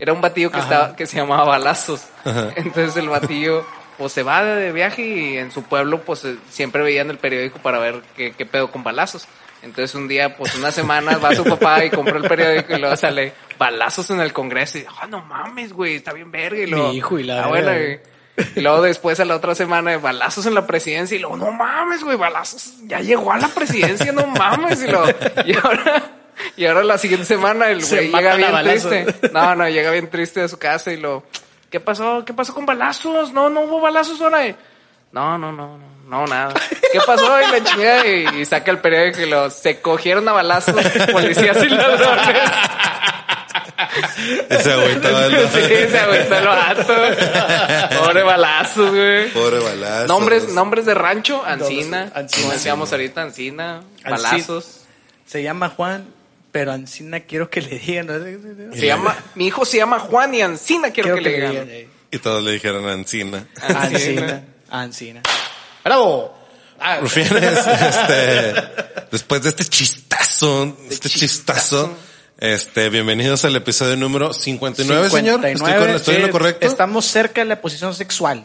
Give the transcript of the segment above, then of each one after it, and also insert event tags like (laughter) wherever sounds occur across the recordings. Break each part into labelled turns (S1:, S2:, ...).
S1: Era un batido que,
S2: Ajá.
S1: estaba, que se llamaba Balazos. Entonces el batido pues se va de viaje y en su pueblo pues eh, siempre veían el periódico para ver qué, qué pedo con balazos. Entonces un día, pues unas semanas, va su papá y compra el periódico y luego sale balazos en el Congreso y ah, no mames, güey, está bien verga. Y luego,
S2: Mi hijo y la
S1: "Ah, bueno,
S2: verga,
S1: güey". Y luego después a la otra semana, balazos en la presidencia. Y luego, no mames, güey, balazos. Ya llegó a la presidencia, no mames. Y, luego, y ahora, y ahora la siguiente semana el
S2: Se
S1: güey
S2: matan
S1: llega
S2: a
S1: bien
S2: balazos. (laughs)
S1: triste. No, no, llega bien triste a su casa y lo, ¿qué pasó? ¿Qué pasó con balazos? No, no hubo balazos ahora. Y, No, no, no, no. No, nada. ¿Qué pasó? Y la chingada y, y saca el periódico y lo se cogieron a balazos policías y ladrones.
S3: Ese güey
S1: (laughs)
S3: estaba
S1: Sí, se agüitó el vato. Pobre balazos, güey.
S3: Pobre balazo.
S1: Nombres, nombres de rancho, Ancina,
S2: Ancina.
S1: como decíamos ahorita, Ancina,
S2: Ancina.
S1: balazos.
S2: Se llama Juan, pero Ancina quiero que le digan. ¿no?
S1: Se llama, mi hijo se llama Juan y Ancina, quiero,
S2: Quiero
S1: que, le digan.
S2: eh.
S3: Y todos le dijeron Ancina.
S2: Ancina. Ancina. ¡Bravo! Ah,
S3: Rufianes, este, después de este chistazo, este chistazo, este, bienvenidos al episodio número 59, señor. Estoy, con- estoy en lo
S2: sí,
S3: correcto.
S2: Estamos cerca de la posición sexual.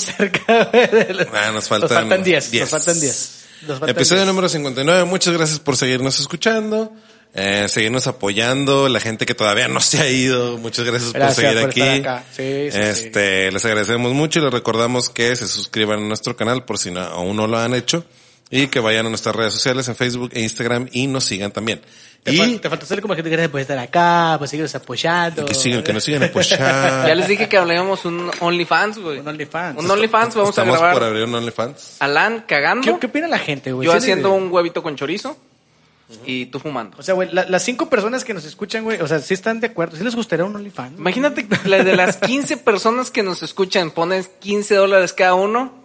S2: Estamos, cerca de la-
S3: Ah, nos faltan
S2: 10.
S3: diez.
S2: Nos faltan 10. Nos faltan
S3: Episodio
S2: 10.
S3: número 59. Muchas gracias por seguirnos escuchando, eh, seguirnos apoyando, la gente que todavía no se ha ido. Muchas gracias,
S2: Gracias
S3: por seguir
S2: por
S3: aquí.
S2: estar acá. Sí, sí,
S3: este, les agradecemos mucho y les recordamos que se suscriban a nuestro canal por si no- aún no lo han hecho y que vayan a nuestras redes sociales en Facebook e Instagram y nos sigan también.
S2: Te,
S3: y
S2: fal- te faltó hacer como que te gracias por estar acá, por seguirnos apoyando.
S3: que sigan, que nos sigan
S2: (laughs)
S3: pues apoyando.
S1: Ya les dije que hablábamos un OnlyFans, güey.
S2: Un OnlyFans.
S1: Un OnlyFans, vamos a
S3: Estamos por
S1: grabar.
S3: abrir un OnlyFans.
S1: Alan
S2: ¿Qué,
S1: cagando,
S2: qué opina la gente, güey?
S1: yo
S2: Sí,
S1: haciendo
S2: güey.
S1: un huevito con chorizo y tú fumando.
S2: O sea, güey, la- las cinco personas que nos escuchan, güey, o sea, sí están de acuerdo. ¿Sí les gustaría un OnlyFans?
S1: Imagínate la de las 15 personas que nos escuchan, pones 15 dólares cada uno.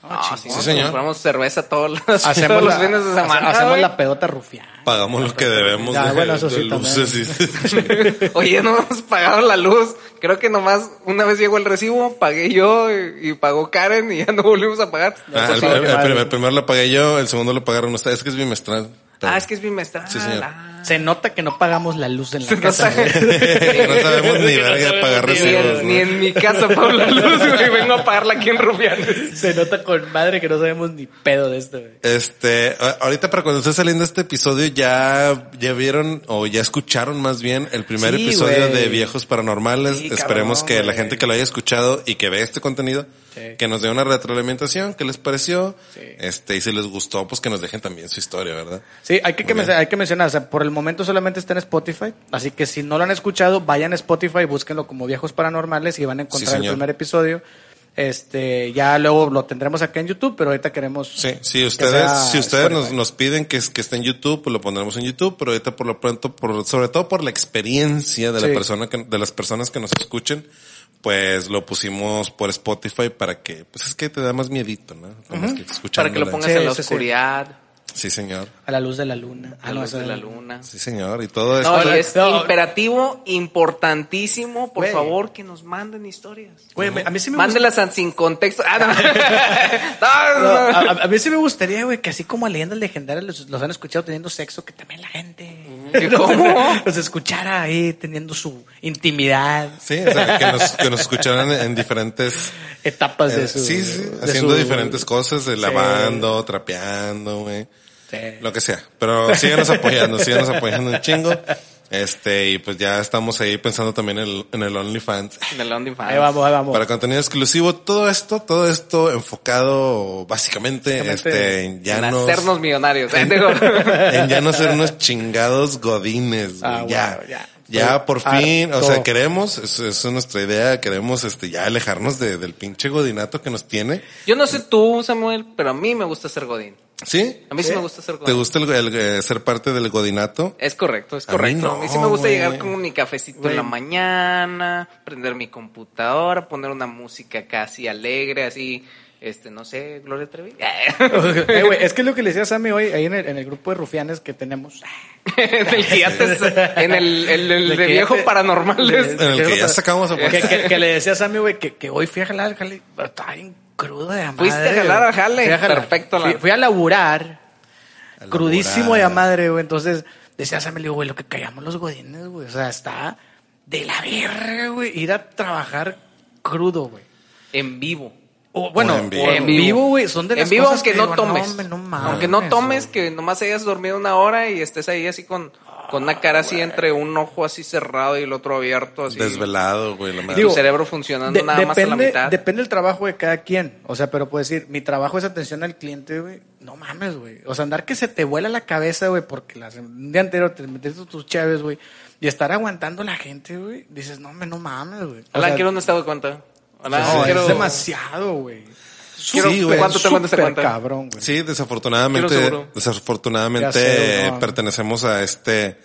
S2: Ah,
S1: Ah,
S2: chingón.
S1: sí,
S3: Sí, señor.
S1: Compramos cerveza todos
S3: (laughs)
S1: los, (laughs) todos
S2: Hacemos,
S1: los
S2: la,
S1: fines de semana.
S2: hacemos
S1: güey.
S2: la pedota rufián.
S3: Pagamos lo que debemos
S2: Ya,
S3: de,
S2: bueno, eso
S3: de
S2: sí, también.
S3: (laughs) luces y-
S1: Oye, no hemos pagado la luz. Creo que nomás una vez llegó el recibo, pagué yo y, y pagó Karen y ya no volvimos a pagar.
S3: Ah,
S1: Pues
S3: el,
S1: sí.
S3: primer- el
S2: madre.
S3: primer- el primero lo pagué yo, el segundo lo pagaron ustedes. Es que es bimestral.
S1: Ah, es que es bimestral.
S3: Sí, señor.
S1: Ah.
S2: Se nota que no pagamos la luz en la
S1: No
S2: casa. güey.
S1: (laughs)
S3: (laughs) (laughs) no
S2: (laughs)
S3: sabemos ni
S2: No
S3: verga
S2: sabemos
S3: pagar
S2: ni
S1: Ni
S3: recibos.
S1: en, ni en mi casa pago
S2: (laughs)
S1: la luz, güey. Vengo a pagarla aquí en Rubianes.
S2: Se nota con madre que no sabemos ni pedo de esto, güey.
S3: Este, a- ahorita para cuando esté saliendo este episodio ya, ya vieron o ya escucharon más bien el primer
S2: Sí,
S3: episodio
S2: güey.
S3: de Viejos Paranormales.
S2: Sí,
S3: Esperemos
S2: cabrón,
S3: que la
S2: güey.
S3: gente que lo haya escuchado y que vea este contenido,
S2: Sí.
S3: que nos dé una retroalimentación, qué les pareció,
S2: Sí.
S3: este, y si les gustó, pues que nos dejen también su historia, ¿verdad?
S2: Sí, hay que, que
S3: Muy
S2: men- hay que mencionar, o sea, por el momento solamente está en Spotify, así que si no lo han escuchado, vayan a Spotify, búsquenlo como Viejos Paranormales y van a encontrar el
S3: señor.
S2: primer episodio. Este, ya luego lo tendremos acá en YouTube, pero ahorita queremos.
S3: Sí, si
S2: que
S3: ustedes,
S2: sea
S3: si ustedes nos,
S2: Spotify.
S3: nos piden que, es- que esté en YouTube, pues lo pondremos en YouTube, pero ahorita por lo pronto, por, sobre todo por la experiencia de la
S2: Sí.
S3: persona que, de las personas que nos escuchen, pues lo pusimos por Spotify para que, pues es que te da más miedito, ¿no? Como que
S1: Para que lo
S3: escuchándola.
S1: pongas
S2: Sí,
S1: en la
S2: sí, sí. Ah,
S1: oscuridad,
S3: Sí, señor.
S2: A la luz de la luna.
S1: a la luz de la luna.
S3: Sí, señor. Y todo esto.
S1: No,
S2: Esto-
S1: y es
S2: Pues no.
S1: imperativo, importantísimo, por
S2: Güey.
S1: favor, que nos manden historias.
S2: Güey, me- a mí sí me gusta-
S1: Mándelas a- sin contexto.
S2: (laughs)
S1: (laughs) Ah, no. (laughs)
S2: No,
S1: No, no, no.
S2: a, a- a mí sí me gustaría, güey, que así como a leyendas legendarias los, los han escuchado teniendo sexo, que también la gente
S1: ¿Qué, cómo?
S2: los escuchara ahí teniendo su intimidad,
S3: Sí, o sea, que nos, que nos escucharan en diferentes,
S2: etapas
S3: eh,
S2: (laughs) de su.
S3: sí, sí,
S2: de
S3: haciendo
S2: su-
S3: diferentes cosas, eh,
S2: Sí.
S3: lavando, trapeando, güey.
S2: Sí.
S3: Lo que sea. Pero síganos apoyando, síganos apoyando un chingo. Este, y pues ya estamos ahí pensando también en el, en el OnlyFans.
S1: En el OnlyFans.
S2: Ahí vamos, ahí vamos.
S3: Para contenido exclusivo, todo esto, todo esto enfocado básicamente,
S2: Básicamente
S3: este, en
S1: En
S3: ya
S1: (laughs)
S3: no,
S1: hacernos millonarios. Eh, digo.
S3: en ya no ser unos chingados godines, güey,
S2: Ah,
S3: ya.
S2: bueno, ya.
S3: Ya,
S1: Pues,
S3: por
S1: ah,
S2: harto.
S3: fin, o sea, queremos, eso, eso es nuestra idea, queremos este ya alejarnos de- del pinche godinato que nos tiene.
S1: Yo no sé tú, Samuel, pero a mí me gusta ser Godín.
S3: ¿Sí?
S1: A mí sí me gusta ser Godín.
S3: ¿Te gusta el- el, eh, ser parte del godinato?
S1: Es correcto, es
S3: A mí
S1: correcto. A
S3: no,
S1: mí, sí me gusta
S3: güey.
S1: llegar con mi cafecito en la
S2: Güey.
S1: mañana, prender mi computadora, poner una música casi alegre, así, este, no sé, Gloria Trevi. (laughs)
S2: Eh, güey, es que lo que le decía a Sammy hoy, ahí en el, en el grupo de rufianes que tenemos.
S1: Del que
S2: (laughs)
S1: ya te- en el, el- el
S2: De
S1: de
S2: que ya
S1: viejo
S2: te-
S1: paranormales.
S3: En el que ya sacamos a
S2: Que, que- que le decía a Sammy, güey, que, que hoy fui a jalar, jale, pero estaba bien crudo de madre.
S1: Fuiste a
S2: güey.
S1: jalar al jale,
S2: Fui
S1: perfecto, la-
S2: Fui, fui a laburar,
S3: laburar.
S2: crudísimo de madre, güey. Entonces decía a Sammy, le digo, güey, lo que callamos los godines, güey. O sea, está de la verga, güey. Ir a trabajar crudo, güey.
S1: En vivo.
S2: O, bueno,
S3: O
S2: o (laughs)
S3: en
S2: en
S3: vivo.
S2: vivo, güey. Son de las
S1: En vivo
S2: cosas
S1: aunque
S2: que
S1: no
S2: digo,
S1: tomes.
S2: hombre, no mames,
S1: aunque no tomes,
S2: güey.
S1: que nomás hayas dormido una hora y estés ahí así con, con una cara así entre un ojo así cerrado y el otro abierto. Así.
S3: Desvelado, güey, la madre.
S1: Tu
S2: Digo,
S1: cerebro funcionando
S2: De-
S1: nada más a la mitad.
S2: Depende el trabajo de cada quien. O sea, pero puedes decir, mi trabajo es atención al cliente, güey. No mames, güey. O sea, andar que se te vuela la cabeza, güey, porque las, un día entero te metiste tus chaves, güey. Y estar aguantando la gente, güey. Dices, no, me no mames, güey. O
S1: Alan,
S2: sea,
S1: quiero un estado de cuenta. Alan,
S2: no,
S1: quiero-
S2: es demasiado, güey.
S3: Quiero-
S2: Súper,
S3: güey.
S1: ¿Cuánto te mandas a
S2: súper
S1: cuenta?
S2: cabrón, güey.
S3: Sí,
S1: Quiero
S3: desafortunadamente,
S1: seguro.
S3: desafortunadamente
S2: Ya sé,
S3: eh,
S2: no.
S3: pertenecemos a este,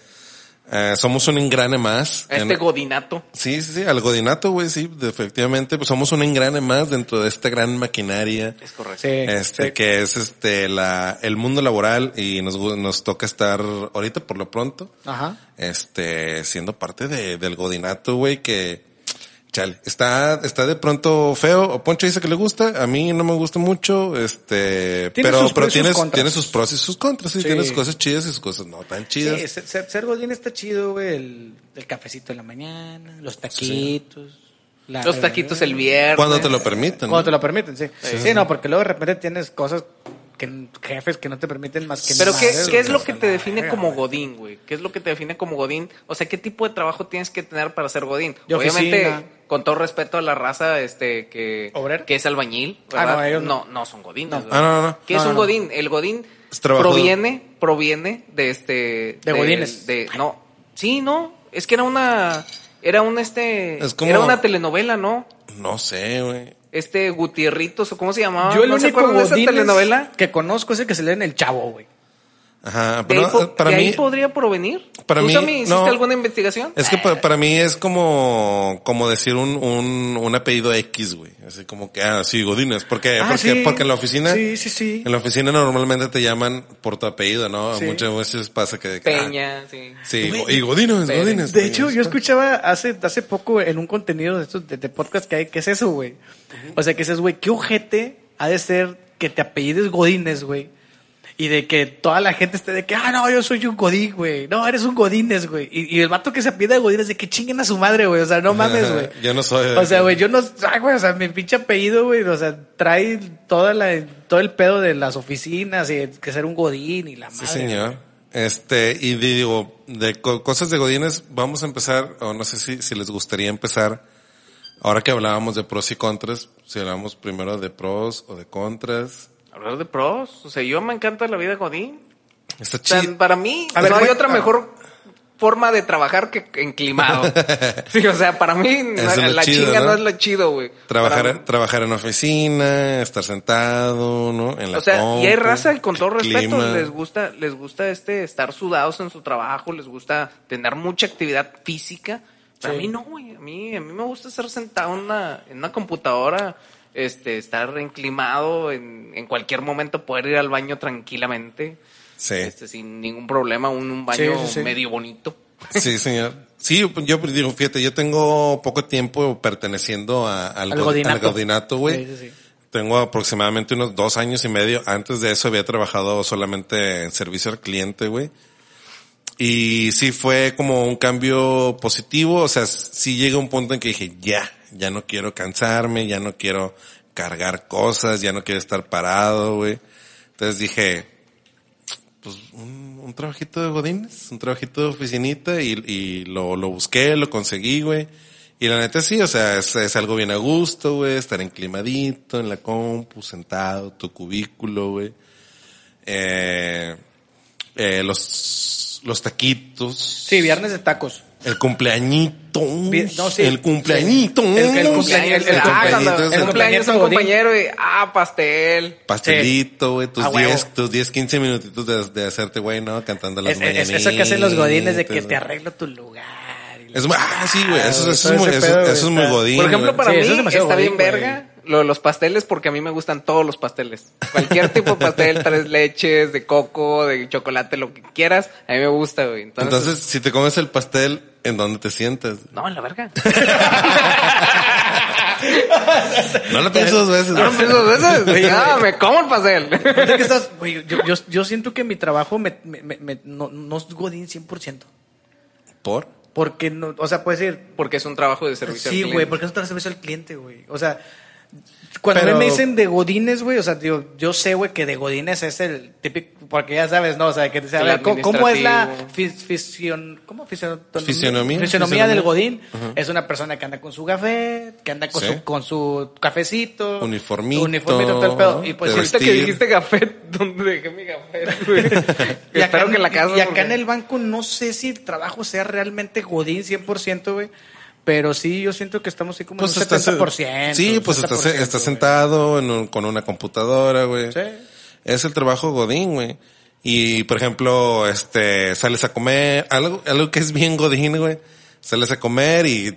S3: eh, somos un engrane más.
S1: a este
S3: En-
S1: godinato.
S3: Sí, sí, sí, al godinato, güey, sí, de- efectivamente, pues somos un engrane más dentro de esta gran maquinaria,
S1: Es correcto.
S2: Sí,
S3: este,
S2: sí.
S3: que es este, la, el mundo laboral y nos, gu- nos toca estar ahorita por lo pronto,
S2: Ajá.
S3: este, siendo parte de, del godinato, güey, que, chale, está, está de pronto feo, o Poncho dice que le gusta, a mí no me gusta mucho, este,
S2: Tiene
S3: pero,
S2: sus
S3: pero
S2: pros y sus
S3: tiene, sus
S2: contras.
S3: tiene sus pros y sus contras, sí,
S2: Sí.
S3: tiene sus cosas chidas y sus cosas no tan chidas.
S2: Sí, ser, ser- ser godín está chido, güey. El, el cafecito en la mañana, los taquitos. la-
S1: Los taquitos el viernes.
S3: Cuando te lo permiten.
S2: Cuando
S3: ¿no?
S2: te lo permiten, sí. Sí, no, porque luego de repente tienes cosas que jefes que no te permiten más que
S1: Pero
S2: nada,
S1: ¿qué,
S2: güey.
S1: qué es lo
S2: O
S1: que
S2: sea,
S1: te
S2: la
S1: define
S2: verga,
S1: como
S2: güey.
S1: godín, güey? ¿Qué es lo que te define como godín? O sea, ¿qué tipo de trabajo tienes que tener para ser godín?
S2: De
S1: Obviamente,
S2: oficina.
S1: con todo respeto a la raza este que,
S2: ¿Obrera?
S1: que es albañil,
S2: Ah,
S1: ¿verdad?
S2: no, ellos
S1: no,
S2: no.
S1: no son godines. güey.
S3: Ah, no, no, no.
S1: ¿Qué
S2: No,
S1: es
S2: no,
S1: un
S2: no.
S1: godín? El godín
S3: Es trabajo-
S1: proviene proviene de este
S2: De godines.
S1: de- no, sí, no, es que era una era un este
S3: Es como-
S1: era una telenovela, ¿no?
S3: No sé, güey.
S1: Este Gutierritos o cómo se llamaba?
S2: Yo el
S1: ¿No se
S2: único
S1: acuerdan de esa
S2: godín es-
S1: telenovela?
S2: que conozco es el que se lee en El Chavo, güey.
S3: Ajá,
S1: De
S3: pero
S1: ahí po-
S3: para
S1: de
S3: mí
S1: ahí podría provenir.
S3: para
S1: ¿Tú,
S3: mí,
S1: Sammy, hiciste
S3: no.
S1: alguna investigación?
S3: es que pa- para, mí es como como decir un un, un apellido X, güey. Así como que ah, sí, Godínez, porque
S2: Ah,
S3: porque
S2: sí.
S3: porque en la oficina
S2: Sí, sí, sí.
S3: En la oficina normalmente te llaman por tu apellido, ¿no?
S2: Sí.
S3: Muchas veces pasa que ah,
S1: Peña, sí.
S3: sí, go- y Godínez,
S1: Pérez.
S3: Godínez.
S2: De
S3: Godínez,
S2: hecho, yo escuchaba hace, hace poco en un contenido de estos de, de podcast que hay, ¿qué es eso, güey? O sea, que dices, güey, qué ojete ha de ser que te apellides Godínez, güey. Y de que toda la gente esté de que, ah, no, yo soy un Godín, güey. No, eres un Godínez, güey. Y, y el vato que se apellida Godínez, de que chinguen a su madre, güey. O sea,
S3: (laughs)
S2: no mames, güey.
S3: Yo no soy de-
S2: O sea, güey, yo no. ah, güey, o sea, mi pinche apellido, güey. O sea, trae toda la, todo el pedo de las oficinas y que ser un Godín y la
S3: Sí,
S2: madre.
S3: señor. Este, y digo, de co- cosas de Godínez, vamos a empezar, o no sé si, si les gustaría empezar, ahora que hablábamos de pros y contras, si hablamos primero de pros o de contras.
S1: Hablar de pros. O sea, yo me encanta la vida Godín.
S3: Está
S1: O sea,
S3: chido.
S1: para mí,
S2: A ver,
S1: no hay
S2: güey,
S1: otra
S2: a-
S3: Ah.
S1: mejor forma de trabajar que
S3: (laughs)
S1: enclimado. sí, o sea, para mí,
S3: es
S1: la,
S3: lo
S1: la
S3: chido,
S1: chinga
S3: ¿no?
S1: ¿no? es lo chido, güey. Para mí-
S3: Trabajar, trabajar en oficina, estar sentado, ¿no? En la
S1: O sea, y hay
S3: compu,
S1: raza, con todo
S3: el
S1: respeto,
S3: clima.
S1: les gusta, les gusta este estar sudados en su trabajo, les gusta tener mucha actividad física. Pero a mí no, güey. A mí, a mí me gusta estar sentado en una, en una computadora, este, estar enclimado, en, en cualquier momento poder ir al baño tranquilamente,
S3: Sí.
S1: este, sin ningún problema, un, un baño
S2: Sí, sí, sí.
S1: medio bonito.
S3: Sí, señor. Sí, yo digo, fíjate, yo tengo poco tiempo perteneciendo a- al,
S2: Al
S3: go-
S2: godinato.
S3: al godinato, güey.
S2: Sí, sí, sí.
S3: Tengo aproximadamente unos dos años y medio. Antes de eso había trabajado solamente en servicio al cliente, güey. Y sí fue como un cambio positivo. O sea, sí llega un punto en que dije, ya, ya no quiero cansarme, ya no quiero cargar cosas, ya no quiero estar parado, güey. Entonces dije, pues un, un trabajito de godines, un trabajito de oficinita y, y lo, lo busqué, lo conseguí, güey. Y la neta sí, o sea, es, es algo bien a gusto, güey, estar enclimadito en la compu, sentado, tu cubículo, güey. Eh, eh, los, los taquitos.
S2: Sí, viernes de tacos.
S3: El cumpleañito.
S2: No, sí.
S3: El cumpleañito.
S2: El- el
S1: cumpleaños,
S2: El- el
S1: ah,
S2: cumpleaños,
S1: cuando-
S3: es
S1: el
S3: el
S1: cumpleaños es un
S2: Godín.
S1: compañero y ah, pastel.
S3: Pastelito, güey,
S2: Eh, A
S3: tus
S2: huevo.
S3: 10, tus 10, 15 minutitos de, de hacerte, güey, ¿no? Cantando las
S2: Es, es- es eso que hacen los godines de que te
S3: arreglan.
S2: arreglo tu lugar. y la- (laughs)
S3: Es, muy- ah, sí, güey, eso, eso
S2: Todo
S3: es
S2: ese
S3: muy, eso,
S2: pedo, güey,
S3: eso es muy
S2: está-
S3: godín.
S1: Por ejemplo,
S3: güey.
S1: para
S2: Sí,
S1: mí
S2: eso es demasiado
S1: está bien
S2: godín,
S1: verga lo de los pasteles porque a mí me gustan todos los pasteles. Cualquier tipo de
S2: (laughs)
S1: pastel, tres leches, de coco, de chocolate, lo que quieras, a mí me gusta, güey. Entonces,
S3: Entonces, si te comes el pastel, ¿en dónde te sientas?
S1: no, en la verga. (laughs)
S3: No lo pienso dos veces.
S1: No,
S3: güey.
S1: pienso dos veces. No, "Ah, me como el pastel. (laughs)
S2: Ahorita que estás- güey, yo, yo- yo siento que mi trabajo me, me- me- me- no, no es godín 100%.
S3: ¿Por?
S2: Porque, no, o sea, puedes decir,
S1: Porque es un trabajo de servicio al
S2: sí,
S1: cliente.
S2: güey, porque es un servicio al cliente, güey. O sea, cuando a mí
S3: Pero-
S2: me dicen de godines, güey, o sea, digo, yo sé, güey, que de godines es el típico, porque ya sabes, ¿no? O sea, que te dice, a
S1: El
S2: ver, ¿cómo, cómo es la
S1: administrativo.
S2: fis- fision- ¿cómo? Fisionomía,
S3: Fisionomía,
S2: Fisionomía del
S3: fisionomía.
S2: godín. Es una persona que anda con su café, que anda con,
S3: Sí.
S2: su, con su cafecito.
S3: Uniformito,
S2: Uniformito, todo el pedo. Y
S3: ¿no?
S2: pues, sí,
S3: Te
S1: Ahorita que
S3: Vestir.
S1: dijiste café, ¿dónde dejé mi café? güey?
S2: (laughs) Y acá,
S1: Espero que la
S2: y-
S1: casa.
S2: y acá en el banco no sé si el trabajo sea realmente godín 100%, güey. Pero sí, yo siento que estamos así como
S3: Pues
S2: en un
S3: estás,
S2: 70%.
S3: sí, pues estás,
S2: 60%,
S3: estás
S2: güey.
S3: sentado en un- con una computadora, güey.
S2: Sí.
S3: Es el trabajo godín, güey. Y, por ejemplo, este, sales a comer, algo, algo que es bien godín, güey. Sales a comer y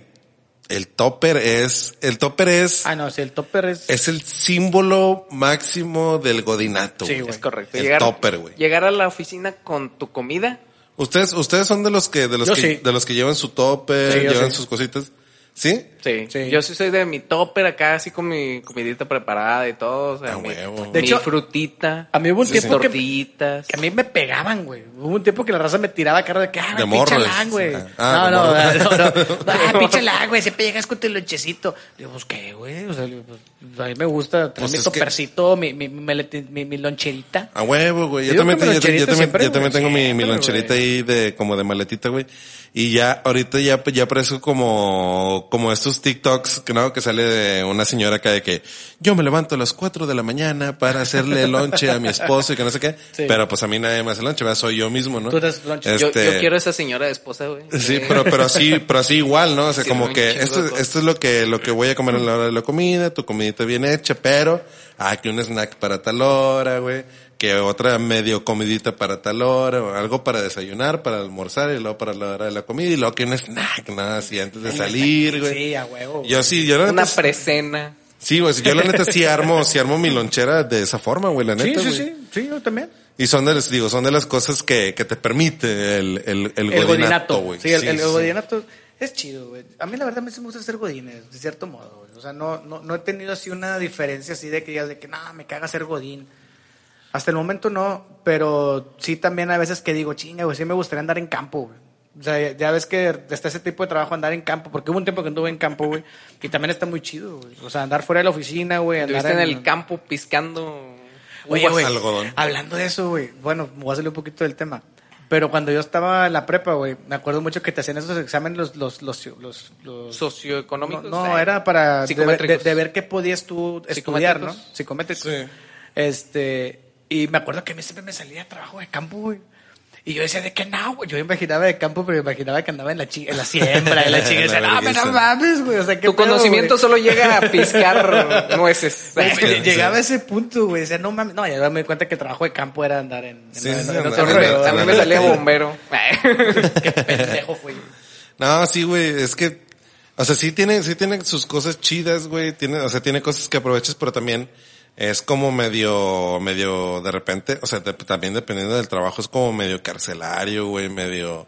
S3: el topper es, el topper es,
S2: Ah, no, si el topper es...
S3: es el símbolo máximo del godinato.
S2: Sí,
S3: güey.
S1: Es correcto.
S3: El
S1: Llegar,
S3: topper, güey.
S1: Llegar a la oficina con tu comida.
S3: Ustedes, ustedes son de los que, de los
S2: Yo
S3: que,
S2: sí.
S3: de los que llevan su topper,
S2: Sí, yo
S3: llevan
S2: sí.
S3: sus cositas. ¿Sí?
S1: Sí.
S2: Sí.
S1: Yo sí soy de mi topper acá, así con mi comidita preparada y todo. O sea,
S3: Ah,
S1: mi,
S3: huevo.
S1: mi
S2: De hecho,
S1: frutita.
S2: a mí hubo un
S1: mis
S2: tiempo que-
S1: tortillitas.
S2: Que a mí me pegaban, güey. Hubo un tiempo que la raza me tiraba carro de que, ah,
S3: De
S2: güey, pinche
S3: morros.
S2: lan, güey.
S3: Ah,
S2: no,
S3: de
S2: no, no,
S3: morros.
S2: no,
S3: (laughs)
S2: no. Ah, pinche lan, güey, siempre llegas con tu lonchecito. Digo, pues, ¿qué, güey? O sea, digo, pues, a mí me gusta traer
S3: Pues
S2: mi
S3: es que-
S2: topercito, mi, mi, mi, melete- mi- mi loncherita.
S3: A huevo, güey. Yo
S2: Yo
S3: también,
S2: con
S3: te-
S2: mi
S3: yo, te- yo
S2: loncherita
S3: también,
S2: siempre,
S3: yo también
S2: güey.
S3: tengo mi, mi
S2: Siempre,
S3: loncherita
S2: güey.
S3: ahí de, como de maletita, güey. Y ya, ahorita ya, ya parezco como, como estos TikToks, que ¿no? Que sale de una señora acá de que, yo me levanto a las 4 de la mañana para hacerle el lonche a mi esposo y que no sé qué.
S2: Sí.
S3: Pero pues a mí nadie me hace lonche, ¿verdad? Soy yo mismo, ¿no?
S2: Tú te haces lonche.
S1: Yo,
S3: Este-
S1: yo quiero esa señora de esposa, güey.
S3: Sí,
S2: Eh,
S1: Que-
S3: pero,
S2: (laughs)
S3: pero así, pero así igual, ¿no? O sea,
S1: Sí,
S3: como
S1: un
S3: que
S1: chingo de
S3: esto,
S1: cosas.
S3: esto es lo que, lo que voy a comer a la hora de la comida, tu comidita bien hecha, pero ah, que un snack para tal hora, güey, que otra medio comidita para tal hora, o algo para desayunar, para almorzar y luego para la hora de la comida y luego que un snack, ¿no? Así antes de salir, güey.
S2: Sí, a huevo. güey.
S3: Yo sí, yo la
S1: (laughs) Una
S3: neta,
S1: presena.
S3: sí, güey, yo la neta sí armo, sí armo mi lonchera de esa forma, güey, la neta,
S2: Sí, sí,
S3: güey.
S2: sí, sí, yo también.
S3: Y son de las, digo, son de las cosas que, que te permite el, el, el,
S2: El godinato,
S3: güey.
S2: Sí, el, el godinato es chido, güey. A mí la verdad me sí me gusta ser godines, de cierto modo, güey. O sea, no, no, no he tenido así una diferencia así de que digas de que, no, me caga ser godín. Hasta el momento no, pero sí también a veces que digo, chinga, güey, sí me gustaría andar en campo, güey. O sea, ya- ya ves que está ese tipo de trabajo andar en campo, porque hubo un tiempo que anduve en campo, güey, y también está muy chido, güey. O sea, andar fuera de la oficina, güey, andar
S1: Estuviste en el campo piscando.
S2: Oye, güey,
S3: Algodón.
S2: hablando de eso, güey, bueno, me voy a salir un poquito del tema. Pero cuando yo estaba en la prepa, güey, me acuerdo mucho que te hacían esos exámenes los... los, los, los, los- no,
S1: socioeconómicos.
S2: no,
S1: eh,
S2: era para de,
S1: psicométricos.
S2: de- de ver qué podías tú estudiar, ¿no?
S1: Psicométricos.
S2: Psicométricos.
S3: Sí.
S2: Este, y me acuerdo que a mí siempre me salía trabajo de campo, güey. Y yo decía, ¿de qué no, güey? Yo me imaginaba de campo, pero me imaginaba que andaba en la, chi- en la siembra,
S3: (laughs)
S2: en la chinga. Y decía,
S3: La
S2: no, pero
S3: vergüenza.
S2: no mames, güey. O sea, ¿qué
S1: Tu
S2: pedo,
S1: conocimiento
S2: güey?"
S1: solo llega a
S2: (laughs)
S1: piscar nueces.
S2: Pues,
S3: que-
S2: llegaba a ese punto, güey. Decía, no mames. No, ya me di cuenta que el trabajo de campo era andar en. en-
S3: Sí,
S2: en-
S3: sí,
S2: en
S3: sí,
S2: otro
S3: andar en-
S2: rollo,
S1: A mí me
S2: ¿verdad?
S1: salía bombero.
S2: (laughs) Qué pendejo, güey.
S3: No, sí, güey, es que, o sea, sí tiene, sí tiene sus cosas chidas, güey, tiene, o sea, tiene cosas que aprovechas, pero también es como medio, medio de repente, o sea, te- también dependiendo del trabajo, es como medio carcelario, güey, medio